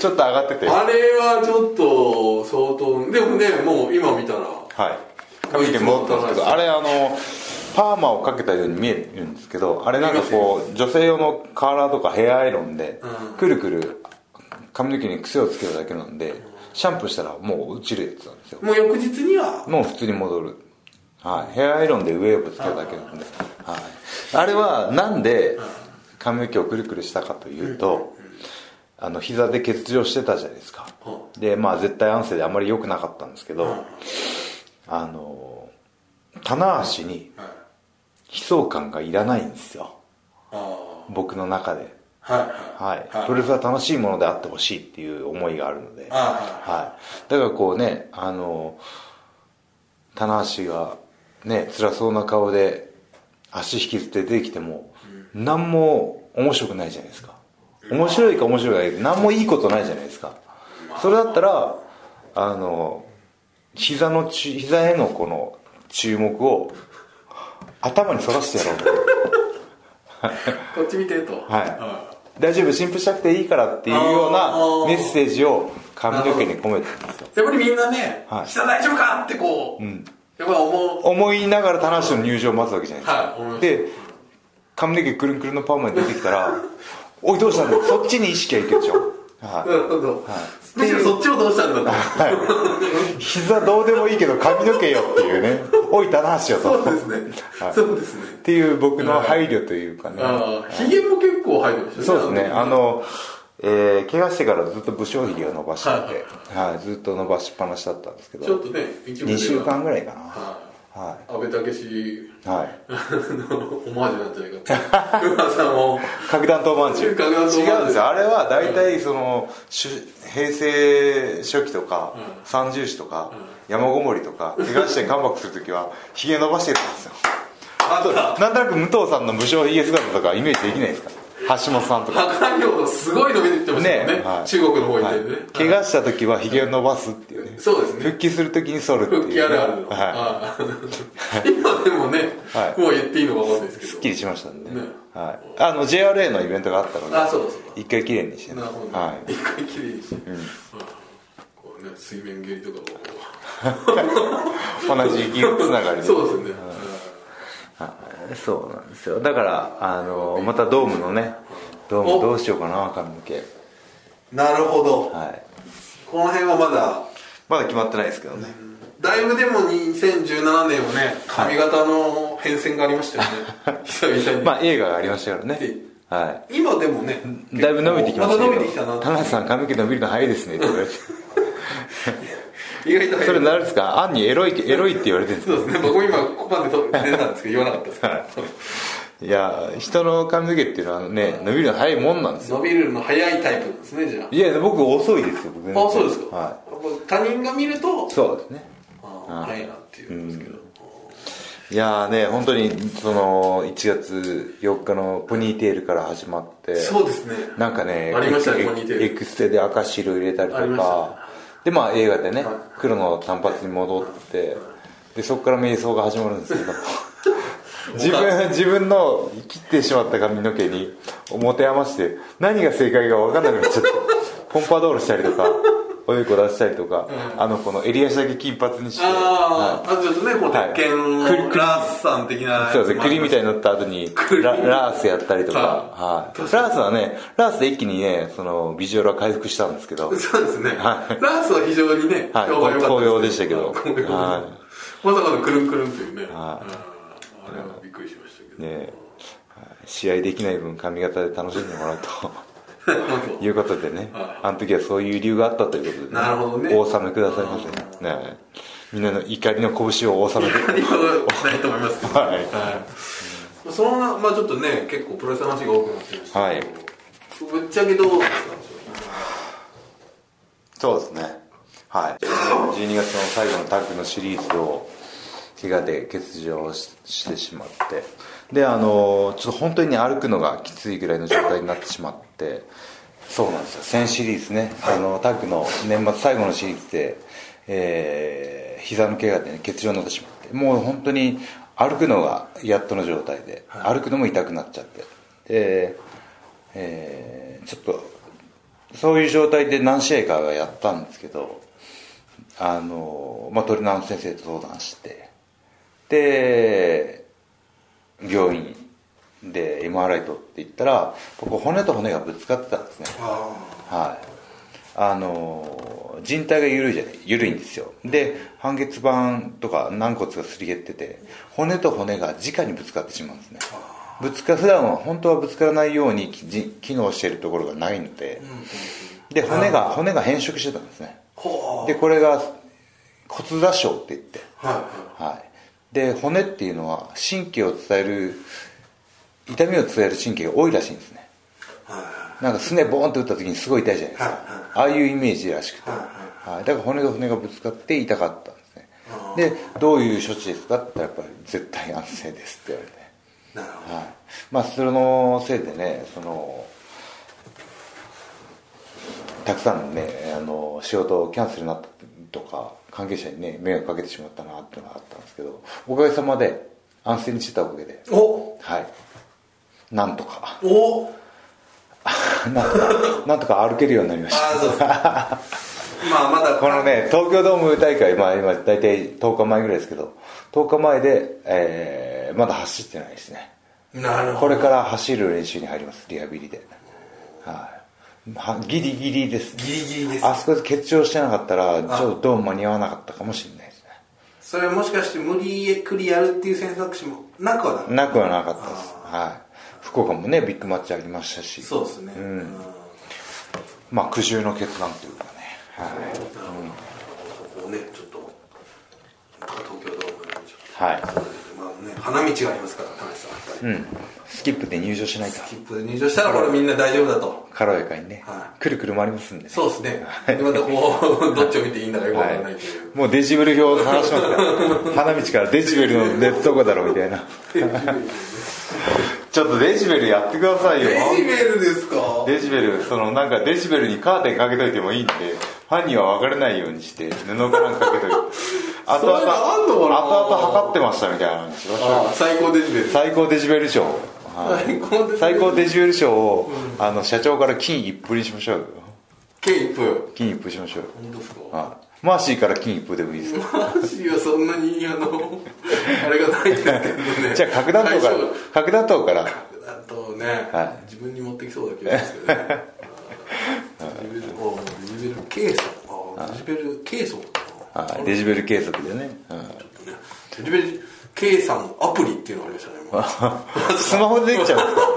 [SPEAKER 1] ちょっと上がってては
[SPEAKER 2] あれはちょっと相当でもねもう今見たら
[SPEAKER 1] い髪の毛戻ったんですけどあれあのパーマをかけたように見えるんですけどあれなんかこう女性用のカーラーとかヘアアイロンで
[SPEAKER 2] うん
[SPEAKER 1] くるくる髪の毛に癖をつけるだけなんでシャンプーしたらもう落ちるやつなんですよ
[SPEAKER 2] もう翌日には
[SPEAKER 1] もう普通に戻る、はい、ヘアアイロンでウェーブつけるだけなんで、はい、あれはなんで髪の毛をくるくるしたかというと、あの膝で欠場してたじゃないですか、
[SPEAKER 2] う
[SPEAKER 1] でまあ絶対安静であんまり良くなかったんですけど、
[SPEAKER 2] うん
[SPEAKER 1] あの棚橋に
[SPEAKER 2] はい
[SPEAKER 1] 悲壮感がいらないんですよ
[SPEAKER 2] あ
[SPEAKER 1] 僕の中で
[SPEAKER 2] あはいは
[SPEAKER 1] はいい、プロレスは楽しいものであってほしいっていう思いがあるので、
[SPEAKER 2] あ
[SPEAKER 1] はい、だからこうねあの棚橋がね辛そうな顔で足引きずって出てきても、何も面白くないじゃないですか面白いか面白くないか何もいいことないじゃないですかそれだったらあの膝のち膝へのこの注目を頭に反らしてやろうと
[SPEAKER 2] こっち見てと
[SPEAKER 1] はい大丈夫新婦しなくていいからっていうよう
[SPEAKER 2] あー
[SPEAKER 1] なメッセージを髪の毛に込めてたんですよ
[SPEAKER 2] やっぱりみんなね
[SPEAKER 1] はい
[SPEAKER 2] 下大丈夫かってこうやっ
[SPEAKER 1] ん
[SPEAKER 2] ぱり思う
[SPEAKER 1] 思いながら棚橋の入場を待つわけじゃないですか、
[SPEAKER 2] はい思います
[SPEAKER 1] で髪の毛くるんくるんのパーマに出てきたら「おいどうしたんだ?」そっちに意識がいくでしょ、は
[SPEAKER 2] なるほどむしろそっちをどうしたんだと
[SPEAKER 1] い、膝どうでもいいけど髪の毛よっていうね「おい棚橋よ」と
[SPEAKER 2] そうですね
[SPEAKER 1] はい
[SPEAKER 2] そうですね
[SPEAKER 1] っていう僕の配慮というかね、
[SPEAKER 2] ああひげも結構生えてましたね
[SPEAKER 1] そうですねあ
[SPEAKER 2] あの
[SPEAKER 1] の、えー怪我してからずっと武将髭を伸ばしてて、はい、ずっと伸ばしっぱなしだったんですけ
[SPEAKER 2] ちょっ
[SPEAKER 1] ど
[SPEAKER 2] とね一部で
[SPEAKER 1] 2週間ぐらいか
[SPEAKER 2] はい
[SPEAKER 1] なは
[SPEAKER 2] 安倍武史
[SPEAKER 1] い、はい、
[SPEAKER 2] あのオマージュなんじゃない かって噂も
[SPEAKER 1] 核弾頭まんじゅう
[SPEAKER 2] 核弾頭まんじゅう
[SPEAKER 1] 違うんですよあれは大体その、しゅ平成初期とか、
[SPEAKER 2] うん
[SPEAKER 1] 三重士とか、山ごもりとか怪我して感爆する時はひげ伸ばしてたんですよ
[SPEAKER 2] あとだ
[SPEAKER 1] なんとなく武藤さんの武将ひげ姿とかイメージできないですか橋本さんとか
[SPEAKER 2] 破壊量のすごいの出てきてましたよね
[SPEAKER 1] はい
[SPEAKER 2] 中国の方行ってね
[SPEAKER 1] はい怪我した時はひげを伸ばすっていうね
[SPEAKER 2] そうですね
[SPEAKER 1] 復帰する時に剃るっていう
[SPEAKER 2] 復帰あるあるの、
[SPEAKER 1] は
[SPEAKER 2] ああ今でもね、
[SPEAKER 1] はい
[SPEAKER 2] もう言っていいのか分かんないですけ
[SPEAKER 1] い
[SPEAKER 2] ど
[SPEAKER 1] すっきりしましたんで、
[SPEAKER 2] ね
[SPEAKER 1] はい、あの JRA のイベントがあったので
[SPEAKER 2] あそうだそう
[SPEAKER 1] 一回きれいにして
[SPEAKER 2] だなるほど、ね
[SPEAKER 1] はい
[SPEAKER 2] 一回きれいにして、うんこうね水面蹴りとかも
[SPEAKER 1] 同じ技術つながりで
[SPEAKER 2] そうですね、
[SPEAKER 1] はいそうなんですよだからあのまたドームのねドー
[SPEAKER 2] お
[SPEAKER 1] ムどうしようかな髪の毛
[SPEAKER 2] なるほど、
[SPEAKER 1] はい
[SPEAKER 2] この辺はまだ
[SPEAKER 1] まだ決まってないですけどね
[SPEAKER 2] だいぶでも2017年はね髪型の変遷がありましたよ ね久々に、
[SPEAKER 1] まあ映画がありましたからね
[SPEAKER 2] で
[SPEAKER 1] は
[SPEAKER 2] 今でもね
[SPEAKER 1] いだいぶ伸びてきました
[SPEAKER 2] また伸びてき
[SPEAKER 1] け
[SPEAKER 2] たな
[SPEAKER 1] ど田中さん髪の毛伸びるの早いですね って言われて
[SPEAKER 2] 意外と
[SPEAKER 1] それ
[SPEAKER 2] 早い
[SPEAKER 1] なるんですかアンにエロいエロいって言われてるんですか
[SPEAKER 2] そうですね僕も今ここまで撮ってたんですけど言わなかったですけど
[SPEAKER 1] いや人の髪の毛っていうのはね伸びるの早いもんなんですよ
[SPEAKER 2] 伸びるの早いタイプなんですねじゃあ
[SPEAKER 1] いや僕遅いですよ僕全然
[SPEAKER 2] あそうですか、
[SPEAKER 1] は
[SPEAKER 2] 他人が見ると
[SPEAKER 1] いそうですね
[SPEAKER 2] あ早いなっていうんですけど、
[SPEAKER 1] いやーね本当にその1月4日のポニーテールから始まって
[SPEAKER 2] そうですね
[SPEAKER 1] なんかね
[SPEAKER 2] ありましたね
[SPEAKER 1] エク
[SPEAKER 2] ポニーテール
[SPEAKER 1] エクステで赤白入れたり
[SPEAKER 2] あり
[SPEAKER 1] と
[SPEAKER 2] ました
[SPEAKER 1] かでまあ映画でね
[SPEAKER 2] はい
[SPEAKER 1] 黒の短髪に戻ってでそこから瞑想が始まるんですけ ど自分自分の切ってしまった髪の毛に持て余して何が正解か分かんなくなっちゃって ポンパドールしたりとかおでこ出したりとか、あのこの襟足だけ金髪にして、
[SPEAKER 2] ああ、あとちょっとねこう
[SPEAKER 1] はい
[SPEAKER 2] 鉄拳の
[SPEAKER 1] 栗栗
[SPEAKER 2] ラースさん的な
[SPEAKER 1] そうですね、栗みたいに乗った後に
[SPEAKER 2] 栗
[SPEAKER 1] ラ、ラースやったりとか、
[SPEAKER 2] は
[SPEAKER 1] はい。ラースはね、ラースで一気にね、その、ビジュアルは回復したんですけど、
[SPEAKER 2] そうですね、
[SPEAKER 1] は
[SPEAKER 2] ラースは非常にね、
[SPEAKER 1] はい
[SPEAKER 2] 評判良かった
[SPEAKER 1] 好評でしたけど
[SPEAKER 2] 好評
[SPEAKER 1] は
[SPEAKER 2] まさかのくるんくるんというね、
[SPEAKER 1] は
[SPEAKER 2] うんあれはびっくりしましたけど、
[SPEAKER 1] ね試合できない分髪型で楽しんでもらうと
[SPEAKER 2] はい
[SPEAKER 1] いうことでね
[SPEAKER 2] は
[SPEAKER 1] あの時はそういう理由があったということで、
[SPEAKER 2] なるほどね
[SPEAKER 1] お納めくださいませねねみんなの怒りの拳をお納めください
[SPEAKER 2] ないと思いますけ ど、
[SPEAKER 1] はい
[SPEAKER 2] はい、そのなまあちょっとね結構プロレスの話が多くなってましたけど、ぶっちゃけどうですか
[SPEAKER 1] そうですねはい12月の最後のタッグのシリーズを怪我で欠場ししてしまってであのちょっと本当にね歩くのがきついぐらいの状態になってしまってそうなんですよ先シリーズね、あのタッグの年末最後のシリーズで、えー、膝の怪我で、ね、欠場になってしまってもう本当に歩くのがやっとの状態で、歩くのも痛くなっちゃってで、えーちょっとそういう状態で何試合かはやったんですけどあの、まあ、トレーナーの先生と相談してで病院で MRI 取っていったら僕骨と骨がぶつかってたんですね
[SPEAKER 2] あ
[SPEAKER 1] はいあの人帯が緩いじゃない緩いんですよで半月板とか軟骨がすり減ってて骨と骨が直にぶつかってしまうんですねぶつか普段は本当はぶつからないようにきじ機能しているところがないので、で骨が骨が変色してたんですね
[SPEAKER 2] ほう
[SPEAKER 1] でこれが骨挫傷って言って
[SPEAKER 2] はいはい
[SPEAKER 1] はいで骨っていうのは神経を伝える痛みを伝える神経が多いらしいんですね
[SPEAKER 2] は
[SPEAKER 1] なんかすねボーンって打った時にすごい痛いじゃないです
[SPEAKER 2] はいはい
[SPEAKER 1] かああいうイメージらしくて、
[SPEAKER 2] はい
[SPEAKER 1] はい、だから骨と骨がぶつかって痛かったんですね
[SPEAKER 2] あ
[SPEAKER 1] でどういう処置ですかって言ったらやっぱり絶対安静ですって言われて
[SPEAKER 2] いなるほど
[SPEAKER 1] はい、まあそのせいでねそのたくさんねあの仕事をキャンセルになったとか関係者にね迷惑かけてしまったなっていうのがあったんですけどおかげさまで安静にしてたおかげで
[SPEAKER 2] お
[SPEAKER 1] はいなんとか
[SPEAKER 2] お
[SPEAKER 1] なんとかなんとか歩けるようになりまし
[SPEAKER 2] あ
[SPEAKER 1] た
[SPEAKER 2] あそう ですねまあまだ
[SPEAKER 1] このね東京ドーム大会まあ今大体10日前ぐらいですけど10日前で、えーまだ走ってないですね
[SPEAKER 2] なる
[SPEAKER 1] こ
[SPEAKER 2] ほど
[SPEAKER 1] れから走る練習に入りますリハビリで、はい、はギリギリです
[SPEAKER 2] ギリギリです
[SPEAKER 1] あそこで欠場してなかったらちょっとどうも間に合わなかったかもしれないです
[SPEAKER 2] それもしかして無理くりやるっていう選択肢もなくはなかっ
[SPEAKER 1] ねなくはなかったです、はい、福岡もねビッグマッチありましたした
[SPEAKER 2] そうですねうん
[SPEAKER 1] まあ苦渋の決断というかね、は
[SPEAKER 2] なるほどここをねちょっと東京ドームにちょっと
[SPEAKER 1] はい
[SPEAKER 2] まあね花道がありますから田中さんやっぱり、
[SPEAKER 1] いうん、スキップで入場しないと
[SPEAKER 2] 切符で入場したらこれみんな大丈夫だと
[SPEAKER 1] 軽やかにね、
[SPEAKER 2] は
[SPEAKER 1] くるくる回りますんでね
[SPEAKER 2] そうですねでまたこ うどっちを見ていいんだかよくわからないという、
[SPEAKER 1] もうデジベル表を探しますから花道からデジベルのネットどこだろうみたいな ちょっとデジベルやってくださいよ
[SPEAKER 2] デジベルですか
[SPEAKER 1] デジベルそのなんかデジベルにカーテンかけといてもいいんでファンには分からないようにして布かなんかか けといて後々
[SPEAKER 2] それがあんのかな
[SPEAKER 1] 後々測ってましたみたいな話
[SPEAKER 2] あ最高デジベル
[SPEAKER 1] 最高デジベル賞はい
[SPEAKER 2] 最高デジベル
[SPEAKER 1] 最高デジベル賞を、あの社長から金一封にしましょうよ
[SPEAKER 2] 計一分
[SPEAKER 1] 金一封しましょうよ
[SPEAKER 2] 本当ですか
[SPEAKER 1] はいマーシーから金一封でもいいですよ
[SPEAKER 2] マジはそんなにあのあれがないですけどね
[SPEAKER 1] じゃあ核弾頭から核弾頭から
[SPEAKER 2] 核弾頭ね、
[SPEAKER 1] は
[SPEAKER 2] 自分に持ってきそうな気がしますけどね デジベルあーデジベル計算あーデジベル計算
[SPEAKER 1] はいデジベル計測でね、うん
[SPEAKER 2] デジベル計算のアプリっていうのがありましたね今
[SPEAKER 1] スマホでできちゃうんです か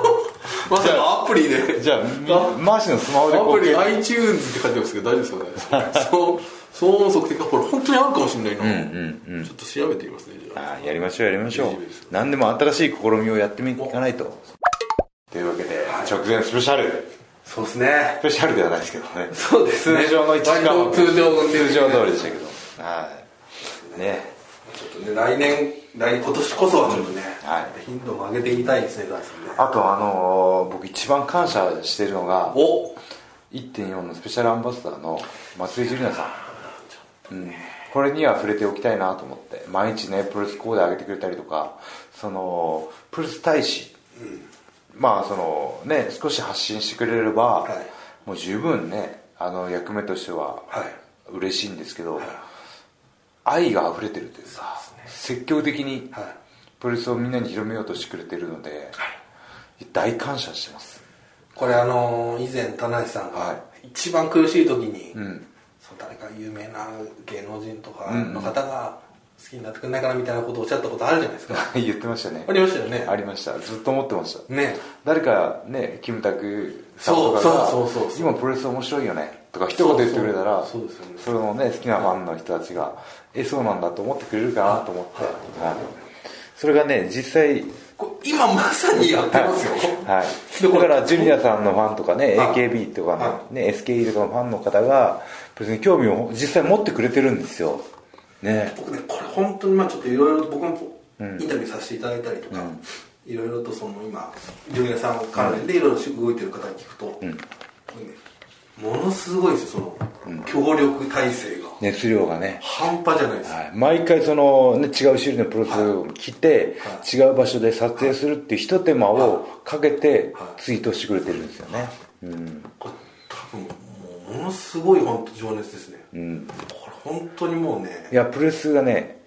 [SPEAKER 2] まさかアプリで
[SPEAKER 1] じゃあみマーシーのスマホで
[SPEAKER 2] ア
[SPEAKER 1] こ
[SPEAKER 2] プ
[SPEAKER 1] う
[SPEAKER 2] リ
[SPEAKER 1] 計測
[SPEAKER 2] iTunes って書いてますけど大丈夫ですかねそう騒音測定かこれ本当にあるかもしれないな、ちょっと調べてみますねじゃあ
[SPEAKER 1] ああやりましょうやりましょう
[SPEAKER 2] いいです
[SPEAKER 1] 何でも新しい試みをやってみいかないとというわけで直前スペシャル
[SPEAKER 2] そうですね
[SPEAKER 1] スペシャルではないですけどね
[SPEAKER 2] そうですね
[SPEAKER 1] 通常の1時間
[SPEAKER 2] 割と通常の
[SPEAKER 1] 通常通りでしたけどはいね
[SPEAKER 2] ちょっとね来年来今年こそはちょっとね、
[SPEAKER 1] はい
[SPEAKER 2] 頻度も上げてみたいですね大さんね
[SPEAKER 1] あとあのー僕一番感謝してるのが
[SPEAKER 2] お
[SPEAKER 1] 1.4のスペシャルアンバサダーの松井樹里奈さん、うん、これには触れておきたいなと思って毎日ねプロレスコーデ上げてくれたりとかそのプロレス大使、まあそのね少し発信してくれれば、
[SPEAKER 2] はい
[SPEAKER 1] もう十分ねあの役目としては
[SPEAKER 2] はい
[SPEAKER 1] 嬉しいんですけど、愛が溢れてるというか積極的に
[SPEAKER 2] はい
[SPEAKER 1] プロレスをみんなに広めようとしてくれてるので、大感謝してます
[SPEAKER 2] これあのー以前田無さん
[SPEAKER 1] は
[SPEAKER 2] が一番苦しい時に、
[SPEAKER 1] ん
[SPEAKER 2] その誰か有名な芸能人とかの方がきになってくんないかなみたいなことをおっしゃったことあるじゃないですか
[SPEAKER 1] 言ってましたね
[SPEAKER 2] ありましたよね
[SPEAKER 1] ありましたずっと思ってました
[SPEAKER 2] ね
[SPEAKER 1] 誰かねキムタクさんとかが
[SPEAKER 2] そうそうそうそう
[SPEAKER 1] 今プロレス面白いよね」とか一言言ってくれたら
[SPEAKER 2] そうそうそうですよね
[SPEAKER 1] それのね好きなファンの人たちが「えそうなんだ」と思ってくれるかなと思って、はいそれがね実際
[SPEAKER 2] こう今まさにやってますよ
[SPEAKER 1] はい、
[SPEAKER 2] で
[SPEAKER 1] だ
[SPEAKER 2] こ
[SPEAKER 1] か
[SPEAKER 2] れ
[SPEAKER 1] らジュニアさんのファンとかね
[SPEAKER 2] はい
[SPEAKER 1] AKB とか
[SPEAKER 2] は
[SPEAKER 1] ねね SKE とかのファンの方が別に興味を実際持ってくれてるんですよね
[SPEAKER 2] 僕ねこれ本当にまあちょっといろいろと僕もインタビューさせていただいたりとか、いろいろとその今ジュニアさん関連でいろいろ動いてる方に聞くと、これねものすごいんですよその協力体制が、
[SPEAKER 1] 熱量がね
[SPEAKER 2] 半端じゃないです、
[SPEAKER 1] はい毎回その、ね、違う種類のプロレスを着て、
[SPEAKER 2] は
[SPEAKER 1] 違う場所で撮影するっていうひと手間をかけて
[SPEAKER 2] はい
[SPEAKER 1] ツイートしてくれてるんですよね、うん、
[SPEAKER 2] これ多分もうものすごい本当情熱ですね、これ本当にもうね
[SPEAKER 1] いやプロレスがね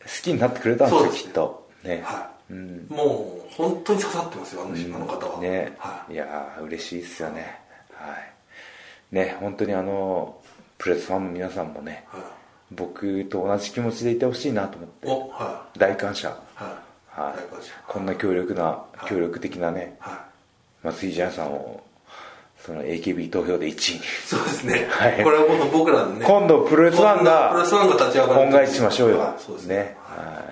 [SPEAKER 1] 好きになってくれたんです
[SPEAKER 2] そ
[SPEAKER 1] よ
[SPEAKER 2] うです
[SPEAKER 1] きっとね
[SPEAKER 2] はい、もう本当に刺さってますよあの,、あの方は
[SPEAKER 1] ね、
[SPEAKER 2] はい
[SPEAKER 1] い、やー嬉しいっすよねはいね本当にあのプロレスファンの皆さんもね
[SPEAKER 2] は
[SPEAKER 1] 僕と同じ気持ちでいてほしいなと思っ
[SPEAKER 2] い、
[SPEAKER 1] て
[SPEAKER 2] おは
[SPEAKER 1] 大感謝
[SPEAKER 2] いはい
[SPEAKER 1] は
[SPEAKER 2] 大感
[SPEAKER 1] い
[SPEAKER 2] 謝
[SPEAKER 1] こんな強力な協力的なね
[SPEAKER 2] はい
[SPEAKER 1] 松井ジャンさんをその AKB 投票で1位に
[SPEAKER 2] そうですね、
[SPEAKER 1] はい
[SPEAKER 2] これは今度僕らのね
[SPEAKER 1] 今度プロレスワンが
[SPEAKER 2] 今度プロレスワンが立ち上がる
[SPEAKER 1] 恩返ししましょうよ
[SPEAKER 2] はいそうですね
[SPEAKER 1] ねはい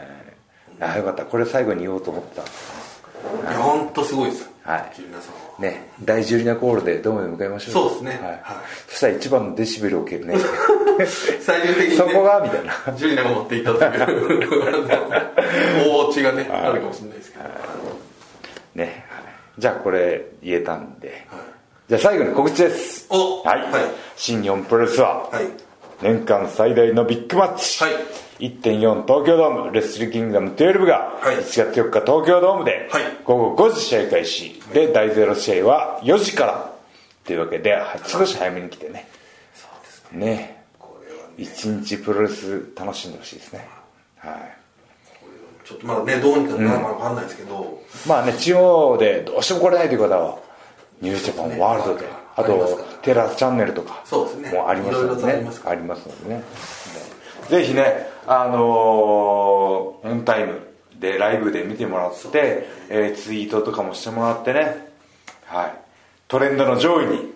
[SPEAKER 1] あよかったこれ最後に言おうと思ってた
[SPEAKER 2] いや本当すごいです
[SPEAKER 1] はい
[SPEAKER 2] ジュリナさんは
[SPEAKER 1] ね、第ジュリナコールでドームに向かいましょう
[SPEAKER 2] そうですね
[SPEAKER 1] はい
[SPEAKER 2] はい
[SPEAKER 1] そしたら一番のデシベルを受けるね
[SPEAKER 2] 最終的に、ね、
[SPEAKER 1] そこがみたいな
[SPEAKER 2] ジュリナが持っていたと いう 大落ちがねあるかもしれないですけど、
[SPEAKER 1] ね、はいじゃあこれ言えたんで、
[SPEAKER 2] はい
[SPEAKER 1] じゃあ最後に告知です
[SPEAKER 2] お
[SPEAKER 1] はい、
[SPEAKER 2] はい
[SPEAKER 1] 新日本プロレスは、
[SPEAKER 2] はい
[SPEAKER 1] 年間最大のビッグマッチ、
[SPEAKER 2] はい
[SPEAKER 1] 1.4東京ドームレスリングキングダム12が
[SPEAKER 2] はい
[SPEAKER 1] 1月4日東京ドームで
[SPEAKER 2] はい
[SPEAKER 1] 午後5時試合開始で第0試合は4時からというわけではい少し早めに来てね
[SPEAKER 2] そうですね
[SPEAKER 1] ね
[SPEAKER 2] これはね
[SPEAKER 1] 一日プロレス楽しんでほしいですねはい
[SPEAKER 2] ちょっとまだねどうにかなるかわかんないですけど、
[SPEAKER 1] まあね、地方でどうしても来れないという方は、ニュースジャパンワールドで、あ
[SPEAKER 2] あります
[SPEAKER 1] と
[SPEAKER 2] から、
[SPEAKER 1] テラスチャンネルとか、
[SPEAKER 2] そうですね
[SPEAKER 1] もうあります
[SPEAKER 2] いろい
[SPEAKER 1] の
[SPEAKER 2] ろ
[SPEAKER 1] で
[SPEAKER 2] とあり
[SPEAKER 1] ね
[SPEAKER 2] ます。か
[SPEAKER 1] ありますのでね。ぜひね、あのーオンタイムで、ライブで見てもらって、えーツイートとかもしてもらってね、はい。トレンドの上位に、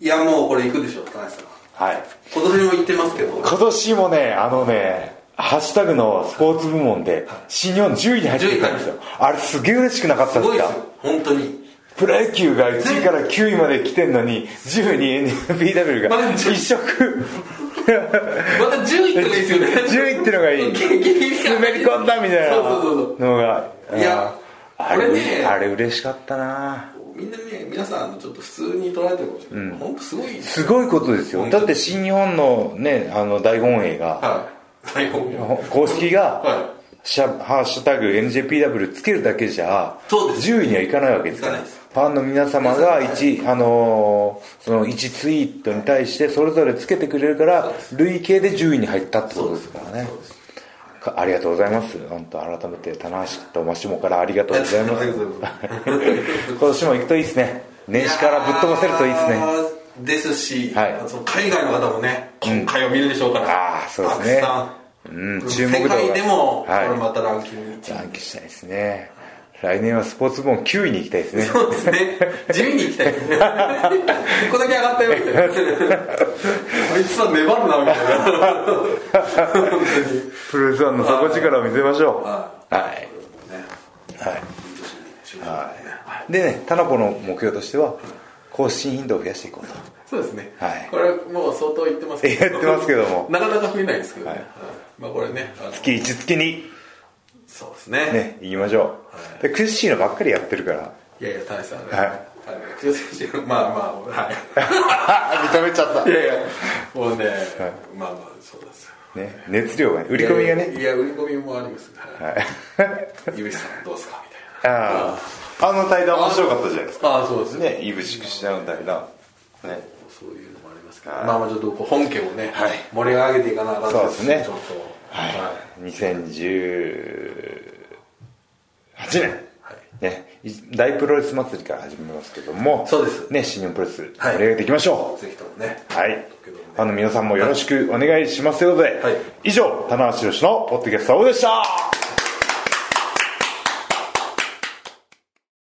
[SPEAKER 2] いやもうこれ行くでしょ田中さん
[SPEAKER 1] はい。
[SPEAKER 2] 今年も行ってますけど
[SPEAKER 1] 今年もね、あのね、ハッシュタグのスポーツ部門で、新日本10位に入ってたんですよ
[SPEAKER 2] 10。
[SPEAKER 1] あれすげえ嬉しくなかっ
[SPEAKER 2] す
[SPEAKER 1] たです
[SPEAKER 2] ごいです
[SPEAKER 1] か
[SPEAKER 2] よ本当に
[SPEAKER 1] プロ野球が1位から9位まで来てんのに10位に NPW
[SPEAKER 2] ま
[SPEAKER 1] が
[SPEAKER 2] だ10
[SPEAKER 1] 一色
[SPEAKER 2] また10位ってのがいいですよね
[SPEAKER 1] 10位ってのがい い
[SPEAKER 2] 滑
[SPEAKER 1] 滑り込んだみたいな
[SPEAKER 2] そうそうそうそう
[SPEAKER 1] のが
[SPEAKER 2] いや
[SPEAKER 1] あーあ
[SPEAKER 2] こ
[SPEAKER 1] れ
[SPEAKER 2] れね
[SPEAKER 1] あれ嬉しかったな
[SPEAKER 2] みんなね皆さんあのちょっと普通に捉えてるかもしれない、本当すごいです
[SPEAKER 1] すごいことですよだって新日本のねあの大本営が
[SPEAKER 2] はい大本命
[SPEAKER 1] 公式が
[SPEAKER 2] は
[SPEAKER 1] シャハッシュタグ NJPW つけるだけじゃ
[SPEAKER 2] そうです
[SPEAKER 1] 10位にはいかないわけですか
[SPEAKER 2] い
[SPEAKER 1] ら
[SPEAKER 2] かないです
[SPEAKER 1] ファンの皆様が1、あのーその1ツイートに対してそれぞれつけてくれるから累計で10位に入ったってことですからね
[SPEAKER 2] そうです
[SPEAKER 1] かありがとうございます本当改めて棚橋とマシモからありがとうございます
[SPEAKER 2] ありがとうございます
[SPEAKER 1] 今年も行くといいですね年始からぶっ飛ばせるといいですね
[SPEAKER 2] ですねですし、
[SPEAKER 1] はい
[SPEAKER 2] その海外の方もね今回は見るでしょうから、
[SPEAKER 1] あーそうですね
[SPEAKER 2] たくさん、
[SPEAKER 1] うん注目度
[SPEAKER 2] 世
[SPEAKER 1] が
[SPEAKER 2] 界でも、
[SPEAKER 1] はい
[SPEAKER 2] これまたランキング
[SPEAKER 1] 残機したいですね来年はスポーツ部門9位に行きたいですね
[SPEAKER 2] そうですね地味に行きたいですねここだけ上がったよみたいなあいつは粘るなみたいな本当に
[SPEAKER 1] プロレスワンの底力を見せましょう
[SPEAKER 2] は
[SPEAKER 1] はい
[SPEAKER 2] ね
[SPEAKER 1] はい
[SPEAKER 2] いい年にしましょうね
[SPEAKER 1] でねタナポの目標としては更新頻度を増やしていこうと
[SPEAKER 2] そうですね、
[SPEAKER 1] はい
[SPEAKER 2] これもう相当言ってますけど
[SPEAKER 1] 言ってますけども
[SPEAKER 2] なかなか増えないですけどね、
[SPEAKER 1] はい
[SPEAKER 2] まあこれねあの
[SPEAKER 1] 月1月に
[SPEAKER 2] そうですね
[SPEAKER 1] ね行きましょう、でクッシーのばっかりやってるから
[SPEAKER 2] いやいや田中さんね、
[SPEAKER 1] はい
[SPEAKER 2] あの久世選手のまあまあはい
[SPEAKER 1] 認めちゃっ
[SPEAKER 2] いやいやもうね、まあまあそうなんですよ
[SPEAKER 1] た、ね、熱量がね売り込みが
[SPEAKER 2] いや
[SPEAKER 1] ね
[SPEAKER 2] いや売り込みもありますはい
[SPEAKER 1] はい
[SPEAKER 2] ゆびさんどうですかみたい
[SPEAKER 1] あああの対談面白かったじゃないですか
[SPEAKER 2] なああそうです
[SPEAKER 1] ねいぶしくしちゃうんだけどね
[SPEAKER 2] そういうのもありますけど
[SPEAKER 1] はい
[SPEAKER 2] まあまあちょっとこう本家をね、
[SPEAKER 1] はい
[SPEAKER 2] 盛り上げていかなあかん
[SPEAKER 1] そうですね
[SPEAKER 2] ちょっと
[SPEAKER 1] はい、2018年、
[SPEAKER 2] はい
[SPEAKER 1] ね、い大プロレス祭りから始めますけども
[SPEAKER 2] そうです
[SPEAKER 1] ね、新日本プロレス
[SPEAKER 2] はい
[SPEAKER 1] 盛り上げていきましょ
[SPEAKER 2] ぜひともね
[SPEAKER 1] うはい
[SPEAKER 2] 東京ドーム
[SPEAKER 1] ファンの皆さんもよろしくお願いしますということで、
[SPEAKER 2] はい
[SPEAKER 1] 以上棚橋宏のポッドキャストオフでした